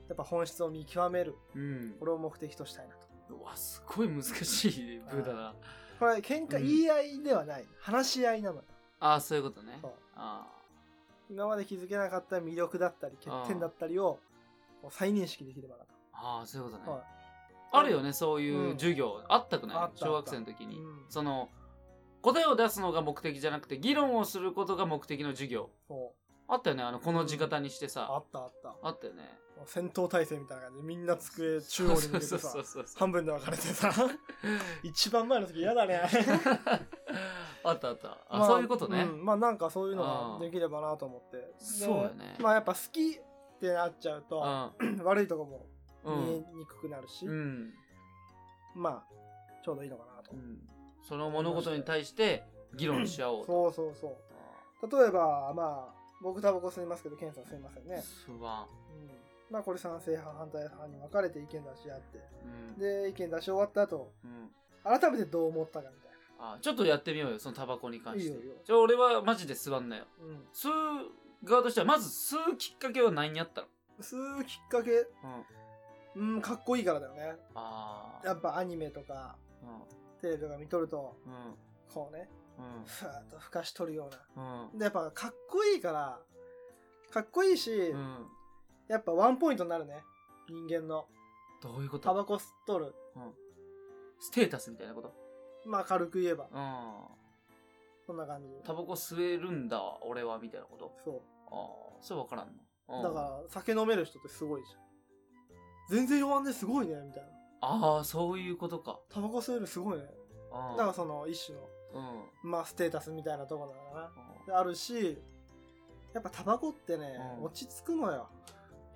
B: やっぱ本質を見極める
A: うん
B: こ。れを目的としたいなと
A: うわ、すごい難しいブーだな。
B: これ喧嘩
A: うん
B: 言い合いではない、話し合いなのよ
A: ああ、そういうことね
B: そう。
A: あ
B: 今まで気づけなかった魅力だったり欠点だったりをこう再認識できればなと、
A: あ。ああ、そういうことね
B: はい。
A: あるよね、そういううん授業。あったく
B: あ
A: ない
B: った
A: 小学生の時に
B: うん。
A: その、答えを出すのが目的じゃなくて、議論をすることが目的の授業。
B: そう
A: あったよね、あの、この字型にして
B: あ
A: さ
B: っ。たあった
A: あったよね。
B: 戦闘態勢みたいな感じでみんな机中央に向けて
A: そう
B: さ
A: そうそうそう。
B: 半分で分かれてさ一番前の時嫌だね
A: あったあった。あ、
B: まあ
A: そういうことね。
B: うんまあなんかそういう
A: あ
B: の
A: ー
B: ができればなと思って
A: そうよね
B: でまあやっぱ好きってなっちゃうと、 悪いとこも
A: う
B: 見
A: ん。
B: えにくくなるし、
A: うん。
B: まあちょうどいいのかなと、
A: うんその物事に対して議論し合おうと。
B: そうそうそう例えばまあ僕タバコ吸いますけど検査吸いませんね、
A: すわん。
B: うん、まあこれ賛成派反対派に分かれて意見出し合って
A: うん
B: で意見出し終わった後
A: うん
B: 改めてどう思ったかみたい
A: あちょっとやってみようよ、そのタバコに関して
B: いいよいいよ。
A: じゃあ俺はマジで吸わんなよ。
B: な、うん、
A: 吸う側としては、まず吸うきっかけは何にあったの
B: 吸うきっかけ
A: うん。
B: うんかっこいいからだよね
A: あ
B: や
A: あ。
B: っぱアニメとか
A: う
B: テレビとか見とると
A: ん。うん。
B: こうね
A: うん。
B: ふわっとふかしとるような
A: うん。
B: でやっぱかっこいいからかっこいいし、
A: うん。
B: やっぱワンポイントになるね人間の
A: どういうこ
B: タ
A: と
B: バコ吸っとる
A: ステータスみたいなこと
B: まあ軽く言えば
A: うん。
B: そんな感じ
A: タバコ吸えるんだ、俺は、みたいなこと
B: そ
A: ああ、それ分からんの。う
B: うんだから酒飲める人ってすごいじゃん全然弱んですごいねみたいな
A: ああ、そういうことか。
B: タバコ吸えるすごいね
A: うん
B: だからその一種の
A: うん。
B: まあステータスみたいなとこなのかなであるしやっぱタバコってね、
A: うん
B: 落ち着くのよ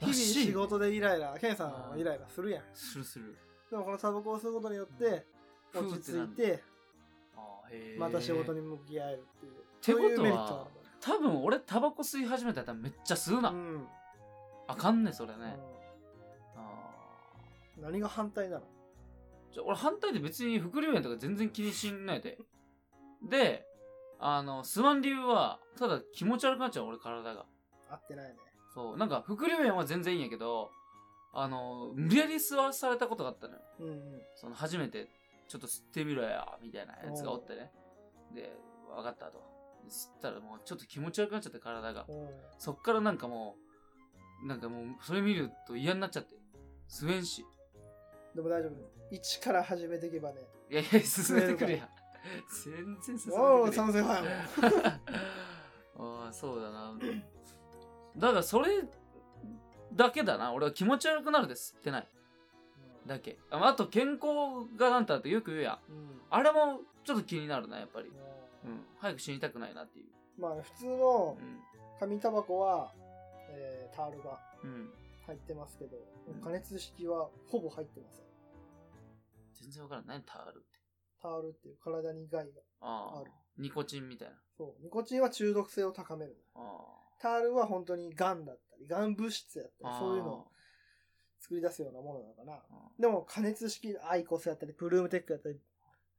B: 日
A: ら
B: 々
A: しい
B: 仕事でイライラケンさんもイライラするやん
A: するする。
B: でもこのタバコを吸うことによって
A: うん
B: 落ち
A: ふうっ
B: 着い
A: て
B: て
A: あーへー
B: また仕事に向き合えるっていう
A: てことは
B: そういうメリットなんだよ
A: 多分俺タバコ吸い始めたらめっちゃ吸うな、
B: うん
A: あかんねそれね、あ
B: うん何が反対なの
A: ーじゃ俺反対で別に副流炎とか全然気にしんないでであの吸わん理由はただ気持ち悪くなっちゃう俺体が
B: 合ってないね
A: そうなんか副流炎は全然いいんやけどあの無理やり吸わされたことがあったのよ
B: うんうん
A: その初めてちょっと吸ってみろやみたいなやつがおってねで分かったと吸ったらもうちょっと気持ち悪くなっちゃって体が
B: うん
A: そっからなんかもう、なんかもう、それ見ると嫌になっちゃって。吸えんし。
B: でも大丈夫一から始めていけ ばね
A: いやいや、進めてくるやん。 全然進
B: お
A: め
B: お
A: てくるやん。
B: 賛成派やも ん
A: ああ、そうだな。だから、それだけだな。俺は気持ち悪くなるで吸ってない。 だけ。ああと、健康がなんたってよく言うやん。
B: うんうん
A: あれもちょっと気になるな、やっぱり。うん。早く死にたくないなっていう。
B: まあ普通の
A: うん。
B: 紙タバコは、えータールが
A: うん。
B: 入ってますけど
A: うん
B: 加熱式はほぼ入ってません
A: 全然わからん。何タールって。
B: タールっていう体に害が
A: あ
B: あ
A: あ
B: る。
A: ニコチンみたいな。
B: そうニコチンは中毒性を高める
A: あ
B: タールは本当にガンだったりガン物質やったり
A: あ。
B: そういうのを作り出すようなものなのかな
A: あー。
B: でも加熱式アイコスやったりプルームテックやったり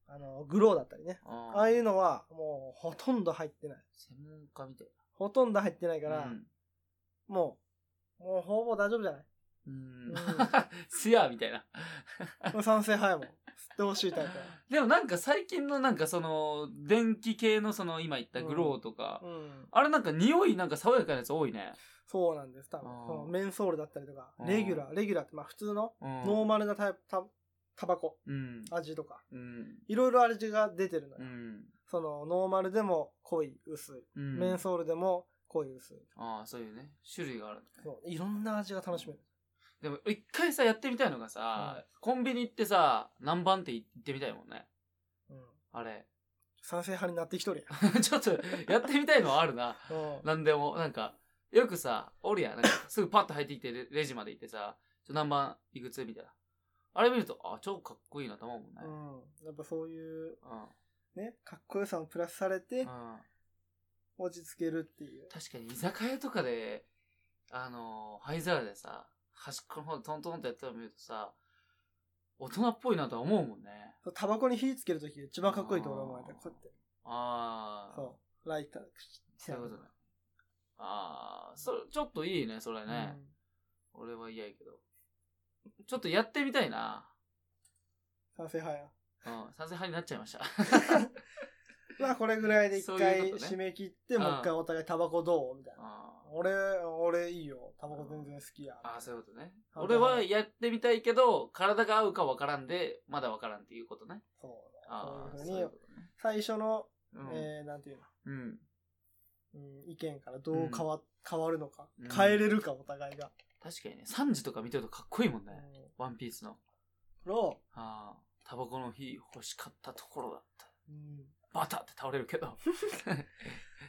B: あのグローだったりね
A: あー
B: ああいうのはもうほとんど入ってない
A: 専門家みたい
B: ほとんど入ってないか
A: な。
B: ら、
A: うん
B: もうもうほぼ大丈夫じゃない
A: うん
B: うん。
A: すやみたいな。
B: もう賛成派やもん吸ってほしいタイプや
A: でもなんか最近のなんかその、電気系のその今言ったグローとか、
B: うん
A: あれなんか匂いなんか爽やかなやつ多いね。
B: そうなんです多分
A: あー
B: そのメンソールだったりとか
A: あー
B: レギュラーレギュラーってまあ普通の
A: うん。
B: ノーマルなタイプタタバコ
A: うん。
B: 味とか
A: うん。
B: いろいろ味が出てるのよ、
A: うん。
B: そのノーマルでも濃い薄い、
A: うん。
B: メンソールでも濃い薄い
A: ああ、そういうね。種類があるんだね。
B: そういろんな味が楽しめる
A: でも一回さ、やってみたいのがさ、コンビニ行ってさ、何番って行ってみたいもんね。
B: うん
A: あれ。
B: 賛成派になってきとる
A: ちょっと、やってみたいのはあるな。
B: やん、うん
A: なんでも、なんか、よくさ、おるやん。なんかすぐパッと入ってきて、レレジまで行ってさ、ちょ、何番いくつみたいな。あれ見ると、あ、超かっこいいなと思うもんね。
B: うん、やっぱそういう
A: うん。
B: ねかっこよさもプラスされて
A: うん。
B: 落ち着けるっていう
A: 確かに、居酒屋とかで、あのー灰皿でさ、端っこの方でトントンってやってるの見るとさ、大人っぽいなとは思うもんね。
B: タバコに火つけるとき一番かっこいいと俺は思われた。こうやって。
A: ああ。
B: そう。ライター、
A: そういうことね。ああ、それ、ちょっといいね、それね。
B: うん
A: 俺は嫌やけど。ちょっとやってみたいな。
B: 賛成派や。
A: うん、賛成派になっちゃいました。
B: まあこれぐらいで一
A: そういう
B: 回
A: ことね
B: 締め切って、もう一回お互いタバコどうみたいな。
A: あー
B: 俺、俺いいよ。タバコ全然好きや。
A: あー、そういうことね。
B: はい
A: 俺はやってみたいけど、体が合うかわからんで、まだわからんっていうことね。
B: そうだ
A: ああ、
B: そ
A: そううい
B: いうふうに
A: うことね。
B: 最初の、
A: うん。
B: えー、なんていう
A: うん。
B: の、うん、意見からどう変わ,、変わるのか、
A: うん
B: 変えれるか、お互いが。
A: 確かにね、サンジとか見てるとかっこいいもん
B: う
A: ね。
B: ん、
A: ワンピースの。
B: ロ
A: ああ、タバコの火欲しかったところだった。
B: ー、うん、
A: バタって倒れるけど。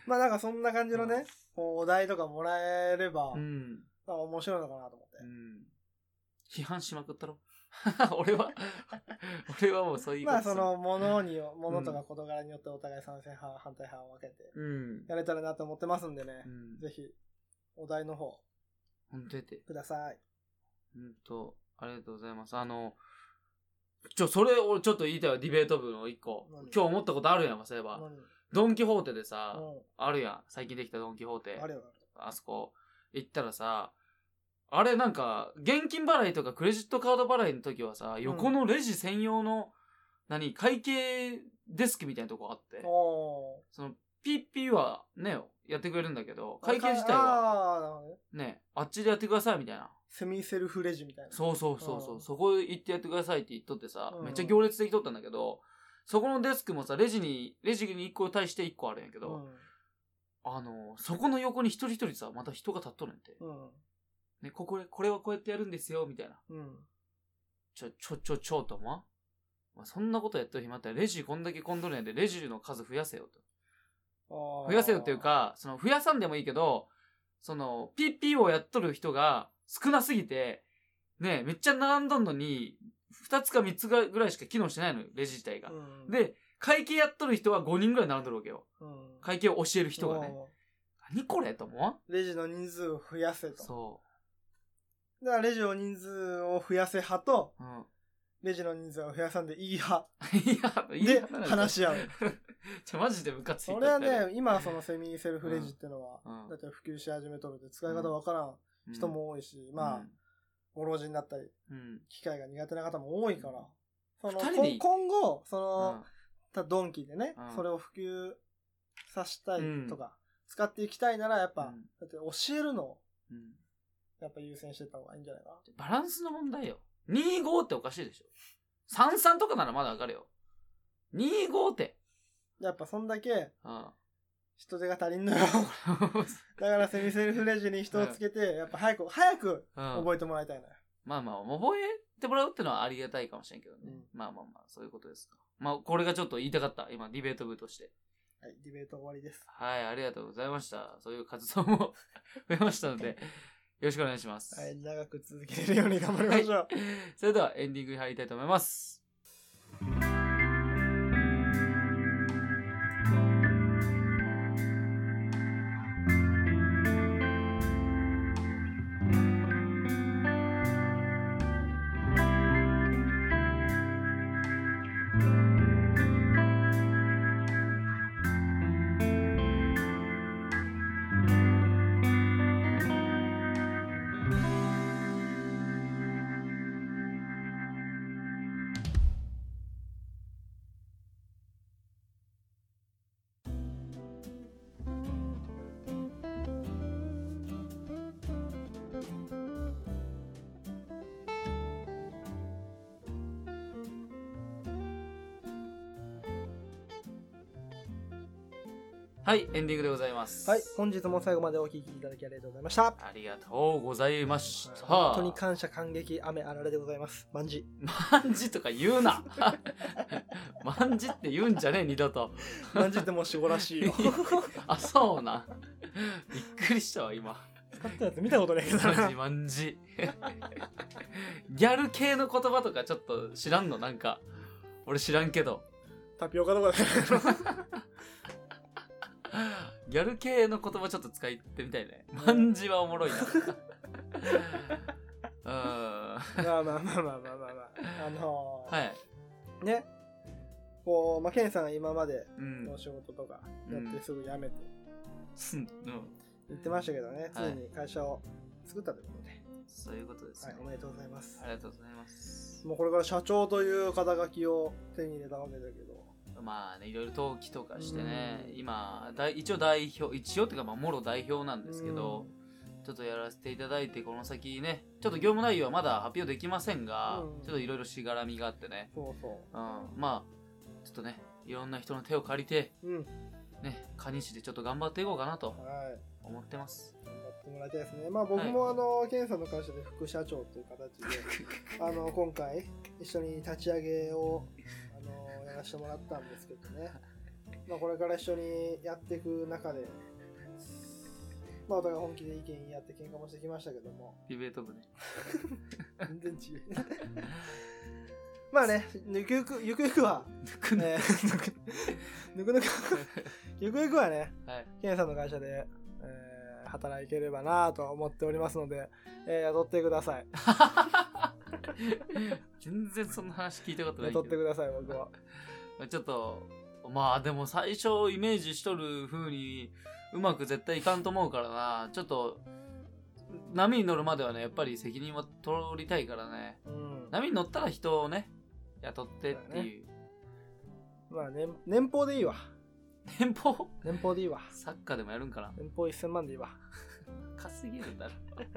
B: まあなんかそんな感じのね、
A: うん
B: こうお題とかもらえれば、
A: う
B: なん
A: ん。
B: か面白いのかなと思って。
A: うん。批判しまくったろ 俺は、 俺はもうそういうこと
B: まあ
A: す
B: そ
A: る
B: の、ものによ、ものとか事柄によってお互い賛成派、反対派を分けて、
A: うん。
B: やれたらなと思ってますんでね、
A: うん。
B: ぜひ、お題の方、
A: ほんとやて。
B: ください。
A: ほんと、ありがとうございます。あの、ちょ、それ、俺ちょっと言いたいわ、ディベート部の一個。
B: 何
A: 今日思ったことあるやん、そういえば。
B: 何
A: ドンキホーテでさ、
B: う
A: あるやん。最近できたドンキホーテ
B: ん。あ。れよ。
A: あそこ、行ったらさ、あれなんか、現金払いとかクレジットカード払いの時はさ、横のレジ専用の、何、会計デスクみたいなとこあって。
B: お
A: その、ピッピーはね、やってくれるんだけど、
B: ー
A: 会計自体は、
B: ああ、なるほどね。
A: ね、あっちでやってくださいみたいな。
B: セミセルフレジみたいな。
A: そうそうそうそうう、
B: ん
A: そこ行ってやってくださいって言っとってさ
B: う、ん
A: めっちゃ行列できとったんだけど、そこのデスクもさ、レジに、レジに1個対して1個あるんやけ
B: う
A: ど、
B: ん。
A: あの、そこの横に一人一人さ、また人が立っとるんやて。
B: うん。
A: ね、ここで、これはこうやってやるんですよ、みたいな。
B: うん。
A: ちょ、ちょ、ちょ、ちょ、とも。まあ、そんなことやってる暇あったら、レジこんだけ混んどるんやで、レジの数増やせよと。
B: 増
A: 増やせよっていう、か、その増やさんでもいいけど、その PP をやっとる人が少なすぎて、ね、めっちゃ並んどんのに、2つか3つぐらいしか機能してないのよ、レジ自体が
B: う。ん、
A: で、会計やっとる人は5人ぐらい並んどるわけよ。
B: うん、
A: 会計を教える人がね。
B: おー
A: 何これと思わ
B: レジの人数を増やせ
A: ん
B: と。
A: そ
B: だからレジの人数を増やせ派と、
A: う。うん。
B: レジの人数を増やさんでいい派
A: いや、いい
B: で
A: なんだ
B: 話し合う。
A: ちょ、マジでムカつい
B: そ
A: た
B: れはね、、今そのセミセルフレジってのは、
A: うん
B: だって普及し始めとるんで、使い方わからん人も多いし、
A: うん、
B: まあ、ご老人だったり、
A: うん、うん。
B: 機械が苦手な方も多いから、その
A: 二人でいい
B: こ今後、その、
A: うん
B: ただドンキでね、
A: うん
B: それを普及させたいとか、使っていきたいなら、やっぱ、
A: うん
B: だって教えるのを、
A: うん
B: やっぱ優先してた方がいいんじゃないかな。
A: バランスの問題よ。25っておかしいでしょ。33とかならまだわかるよ。25って。
B: やっぱそんだけ
A: うん。
B: 人手が足りんのよ。 だからセミセルフレジに人をつけて、やっぱ早く、早く
A: うん
B: 覚えてもらいたいのよ。
A: まあまあ、覚えてもらうってのはありがたいかもしれんけどね。
B: うん
A: まあまあまあ、そういうことですか。まあ、これがちょっと言いたかった。今、ディベート部として。
B: はい、ディベート終わりです。
A: はい、ありがとうございました。そういう活動も 増えましたので、よろしくお願いします。
B: はい、長く続けれるように頑張りましょう。
A: それではエンディングに入りたいと思います。はい、エンディングでございます。
B: はい、本日も最後までお聞きいただきありがとうございました。
A: ありがとうございました。
B: 本当に感謝感激雨あられでございます。万事。
A: 万事とか言うな万事って言うんじゃねえ二度と
B: 万事ってもう死後ら しいよ。
A: あそうなびっくりしたわ 今
B: 使ったやつ見たことないけど
A: 万
B: な
A: 事。万事ギャル系の言葉とかちょっと知らんのなんか俺知らんけど
B: タピオカとかだから
A: ギャル系の言葉ちょっと使ってみたいね万事はおもろいなうーんは
B: まあまあまあまあまあまあ、まあ、あのー
A: い。
B: ねこう、まあ、ケンさんが今まで
A: うん。
B: の仕事とかやってすぐ辞めて
A: うん
B: 言ってましたけどね、
A: はい
B: ついに会社を作ったということで、
A: そういうことです
B: は
A: ね
B: い、お。めでとうございます
A: ありがとうございます。
B: もうこれから社長という肩書きを手に入れたわけだけど
A: まあね、いろいろ登記とかしてね
B: う、ん
A: 今、だい一応代表、一応っていうか、まあ、もろ代表なんですけど、ちょっとやらせていただいて、この先ね、ちょっと業務内容はまだ発表できませんが、
B: うん
A: ちょっといろいろしがらみがあってね、
B: そうそ
A: うん、まあ、ちょっとね、いろんな人の手を借りて、
B: ううん
A: ね、蟹市でちょっと頑張っていこうかなと
B: はい
A: 思ってます。
B: 頑張ってもらいたいですねまあ僕もあの、ケンさんの会社で副社長という形で あの今回一緒に立ち上げをあのやらせてもらったんですけどねまあこれから一緒にやっていく中でまあお互い本気で意見言い合って喧嘩もしてきましたけども
A: ディベート部ね。
B: 全然違う まあねゆくゆくゆくゆくは
A: 抜くね。
B: えー ぬくぬくゆくゆくはね、
A: はい。
B: ケンさんの会社で、えー働ければなとは思っておりますので、えー雇ってください。
A: 全然そんな話聞いたことないけ
B: 雇ってく
A: ど。
B: ださい、僕は。
A: ちょっと、まあでも最初イメージしとる風にうまく絶対いかんと思うからな。ちょっと、波に乗るまではね、やっぱり責任は取りたいからね。
B: うん、
A: 波に乗ったら人をね、雇ってっていう。
B: まあ、ね、年俸でいいわ。
A: 年俸
B: 年俸でいいわ。
A: サッカーでもやるんかな
B: 年俸1000万でいいわ。
A: 稼げるだろ。
B: という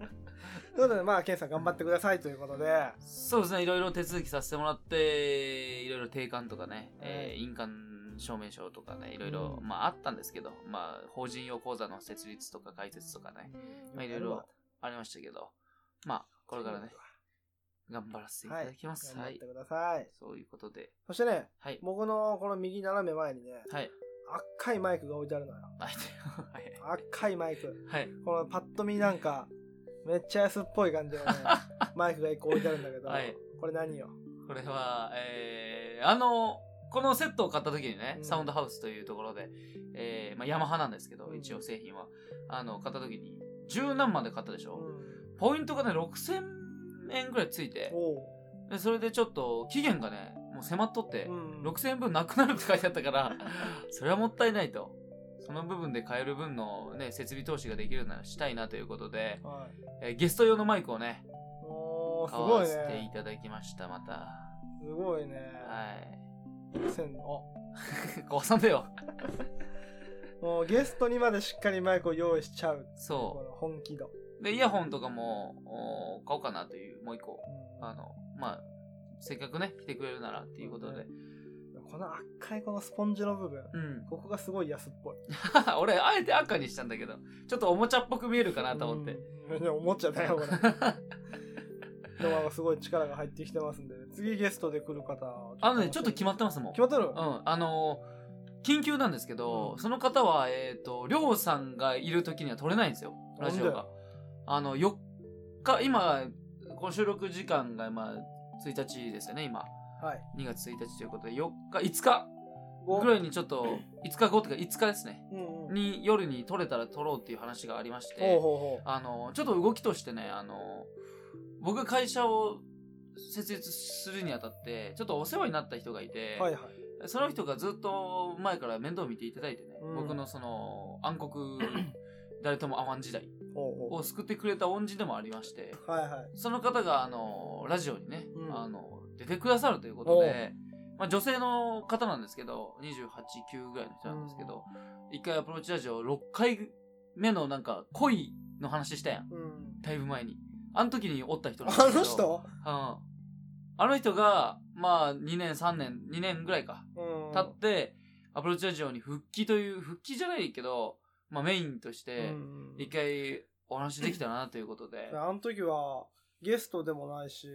B: ことで、まあ、ケンさん頑張ってくださいということで、
A: そうですね、いろいろ手続きさせてもらって、いろいろ定款とかね、え
B: はい
A: ー印鑑証明書とかね、いろいろ、
B: うん
A: まああったんですけど、まあ法人用口座の設立とか開設とかね、まあいろいろありましたけど、まあこれからね、頑張らせていただきます。
B: 頑
A: は
B: 張っ
A: い
B: て。ください。
A: そういうことで、
B: そしてね、
A: はい。
B: 僕のこの右斜め前にね、
A: はい。
B: 赤いマイクが置いてあるのよ。
A: はい。はい
B: 赤いマイク。
A: はい。
B: このパッと見なんかめっちゃ安っぽい感じ のねマイクが一個置いてあるんだけど、
A: はい
B: これ何よ
A: これは、えーあの、このセットを買った時にね、
B: うん
A: サウンドハウスというところで、えーまあ、ヤマハなんですけど、
B: うん
A: 一応製品は、あの、買った時に、十何万で買ったでし
B: う
A: ょ、
B: ん
A: ポイントがね、6000円ぐらいついて、
B: おう
A: でそれでちょっと、期限がね、もう迫っとって
B: う、ん
A: 6000円分なくなるって書いてあったから、 それはもったいないと。その部分で買える分のね、設備投資ができるならしたいなということで、
B: はい
A: えーゲスト用のマイクをね、
B: おーす
A: 買
B: ご
A: わ
B: い
A: せてい
B: ね
A: ただきました、また。
B: すごいね
A: はい。
B: せんお
A: ごさんだよ。
B: もうゲストにまでしっかりマイクを用意しちゃうこ
A: そ
B: の本気度、
A: う。で、イヤホンとかもお買おうかなという、もう一個。
B: うん
A: あの、まあ、せっかくね、来てくれるならっていうことで。
B: この赤いこのスポンジの部分
A: うん。
B: ここがすごい安っぽい
A: 俺、あえて赤にしたんだけど、ちょっとおもちゃっぽく見えるかなと思って。
B: うんいや思っちゃったよこ れでもなんかすごい力が入ってきてますんで次ゲストで来る方は
A: あのね、ちょっと決まって
B: ま
A: ますもん。
B: 決まってる
A: うん。あの緊急なんですけど、
B: うん
A: その方は、えっ、と、りょうさんがいる時には撮れないんですよ、ラジオ
B: なんだ
A: が。あの、4日、今、この収録時間が、まあ、1日ですよね、今。
B: はい
A: 2月1日ということで、4日、5日
B: お
A: ぐらいにちょっと、5日後というか5日ですね。
B: うんうん
A: に、夜に撮れたら撮ろうっていう話がありまし
B: ほう
A: て、
B: ほうほう
A: あの、ちょっと動きとしてね、あの、僕が会社を設立するにあたって、ちょっとお世話になった人がいて、
B: はいはい。
A: その人がずっと前から面倒見ていただいてね、
B: うん
A: 僕のその暗黒 誰とも会わん時代
B: ほうほ
A: を救ってくれた恩人でもありまして、
B: う。はいはい。
A: その方があのラジオにね、
B: うん
A: あの出てくださるということで、まあ、女性の方なんですけど28、9ぐらいの人なんですけど、一回アプローチラジオ6回目のなんか恋の話したやん
B: うん。
A: だいぶ前にあの時におった人なんです
B: あ
A: けど
B: の人
A: うん、あの人がまあ2年3年2年ぐらいか
B: うん。
A: 経って、アプローチラジオに復帰という復帰じゃないけど、まあ、メインとし
B: う
A: て
B: ん
A: 一回お話できたなということで、
B: あの時は、ゲストでもないし、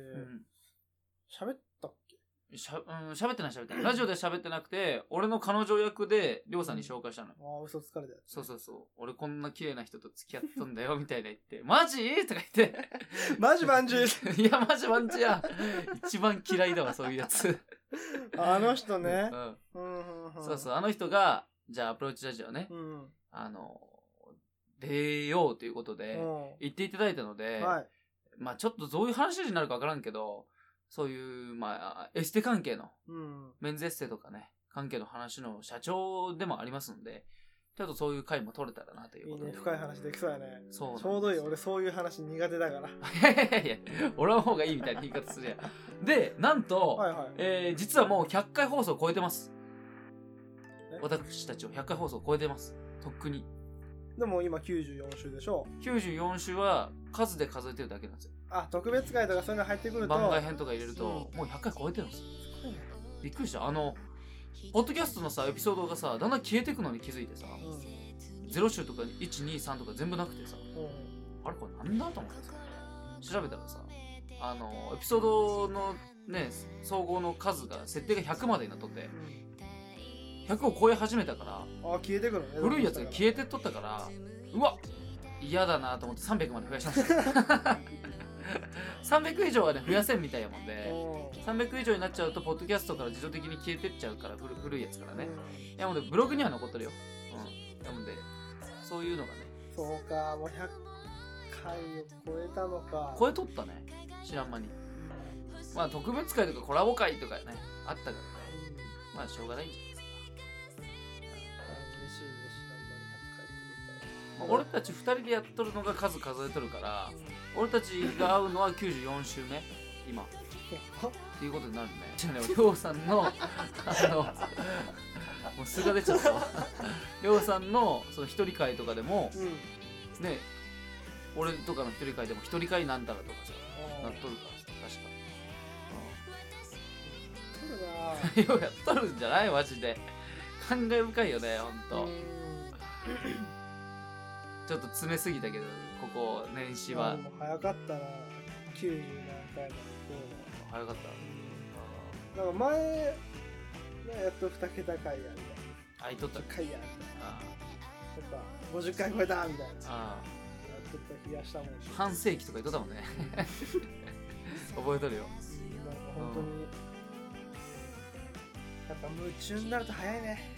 B: 喋ったっけ
A: うん、しゃうん喋ってない喋ってないラジオで喋ってなくて俺の彼女役でりょうさんに紹介したのよ
B: ああ、嘘つかれたや
A: そうそうそう俺こんな綺麗な人と付き合ったんだよみたいな言って「マジ?」とか言って
B: つ。 マジ万 獣
A: いやマジワンチや一番嫌いだわそういうやつ
B: あの人ね
A: う。ん
B: うんうんん。
A: そうそうあの人がじゃあアプローチラジオね、
B: うん。うん。
A: あの出ようということで、言っていただいたので、
B: はい。
A: まあちょっとどういう話になるかわからんけど、そういう、まあ、エステ関係の、
B: うん。
A: メンズエステとかね、関係の話の社長でもありますんで、ちょっとそういう回も取れたらなという
B: い
A: こ
B: い
A: とで。
B: ね、深い話できそうやね。
A: そうなんです
B: ちょうどいい、俺そういう話苦手だから。
A: いやいやいや、俺の方がいいみたいな言い方するやん。で、なんと、
B: はいはい。
A: えー実はもう100回放送を超えてます
B: え。
A: 私たちを100回放送を超えてます。とっくに。
B: でも今94週でしょ。
A: 94週は数で数えてるだけなんですよ。
B: あ、特別会とかそういうの入ってくると。
A: 番外編とか入れると、もう100回超えてるんですよ。びっくりした。あの、ポッドキャストのさ、エピソードがさ、だんだん消えてくのに気づいてさ、
B: うん。
A: 0週とか1、2、3とか全部なくてさ、
B: うん
A: あれこれなんだと思ってさ、調べたらさ、あの、エピソードのね、総合の数が、設定が100までになっとって、100を超え始めたから、
B: あ、消えてくるね。
A: 古いやつが消え
B: え
A: てっとったからうわ嫌だなと思って300まで増やしました 300以上はね増やせんみたいやもんで300以上になっちゃうとポッドキャストから自動的に消えてっちゃうから古古いやつからねいやもんでブログには残ってるようんやもんでそういうのがね
B: そうか、もう100回を超えたのか。
A: 声取ったね知らん間にまあ特別会とかコラボ会とかねあったからね
B: うん
A: まあしょうがないんじゃないですか
B: 嬉しい嬉しい、頑張り100回って
A: まあ俺たち2人でやっとるのが数数えとるから俺たちが会うのは94週目今
B: こと
A: っていうことになるね。じゃあね、りょうさんの、あの、もう素が出ちゃったわ。りょうさんの、その一人会とかでも、
B: うん。
A: ね、俺とかの一人会でも一人会なんだらとかさ、な
B: な
A: っ
B: っ
A: とるからさ、確
B: と
A: か。ようやっとるんじゃないマジで。感慨深いよね、ほん
B: るなぁ。う
A: と。ち
B: ん
A: ょっと詰めすぎたけど、ここ、年始
B: あ
A: は。
B: もう早かったなぁ。90何回も
A: 早かっ
B: 行こうなんか前、ねやっと2桁回やる
A: た。あ、いとったっ
B: た。
A: け
B: 10回やる
A: あ
B: た。やっぱ50回超えたみたいな。や
A: ーあ
B: っとった気がしたもんね。
A: ー。半世紀とかいとったもんね。 覚えとるよ。
B: なんか本当に。やっぱ夢中になると早いね。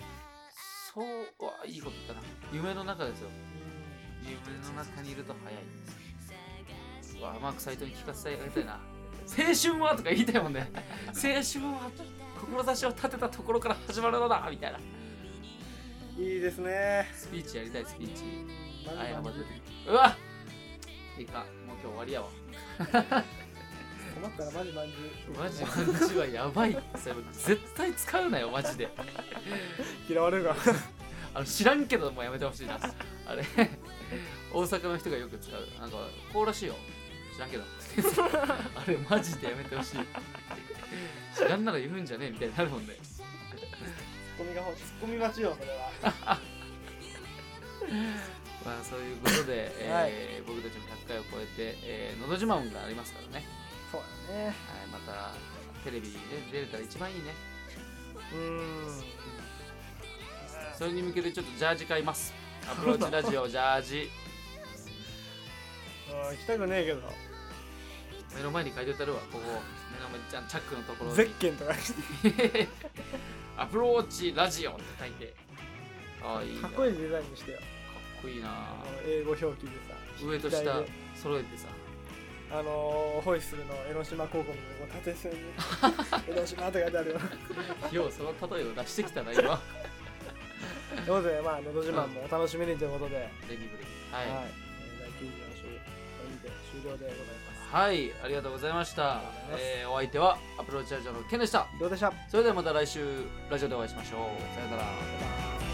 A: そうはいいこと言ったな夢の中ですよ
B: うん
A: 夢の中にいると早いですわ甘くサイトに聞かせてあげたいな青春はとか言いたいもんね青春は志を立てたところから始まるのだみたいない
B: いですね。
A: スピーチやりたいスピーチ
B: ま
A: あや
B: だま
A: ば
B: だ
A: てるうわいいかもう今日終わりやわ
B: 困ったらマジまんじゅう
A: マジマジはやばいってそれ絶対使うなよマジで
B: 嫌われるが
A: あの知らんけどもうやめてほしいなあれ大阪の人がよく使うなんかこうらしいよ知らんけど あれマジでやめてほしい知らんなら言うんじゃねえみたいになるもんね
B: ツッコミがほツッコミ待ちよそれは
A: まあそういうことで、えー僕たちも100回を超えて「えーのど自慢」がありますからね、
B: そうだね
A: はい、またテレビで出れたら一番いいね
B: うーん
A: それに向けてちょっとジャージ買いますアプローチラジオジャージ
B: うん行きたくねえけど
A: 目の前に書いてたるわここ目の前にちゃんチャックのところに
B: ゼッケンとかして
A: アプローチラジオって書いて。ああ、いいな。
B: かっこい
A: い。
B: いデザインにしてよ
A: な。
B: あの英語表記でさ
A: 上と
B: 機体
A: 下
B: で
A: 揃えてさ。
B: あのー、ホイッスルの江ノ島高校の横縦線 に江ノ島って書いてあるよ
A: よう、その例えを出してきたな、 今。
B: ということでまあ「のど自慢」もお楽しみにということで、はい
A: レニブル。
B: え
A: は
B: ー第94週これにて終了でございます
A: い。はい、ありがとうございました
B: ありがとうございま。す
A: えーお相手はアプローチラジオのケンでした。
B: どうでした
A: それではまた来週、ラジオでお会いしましょう。さよなら。
B: バイバイ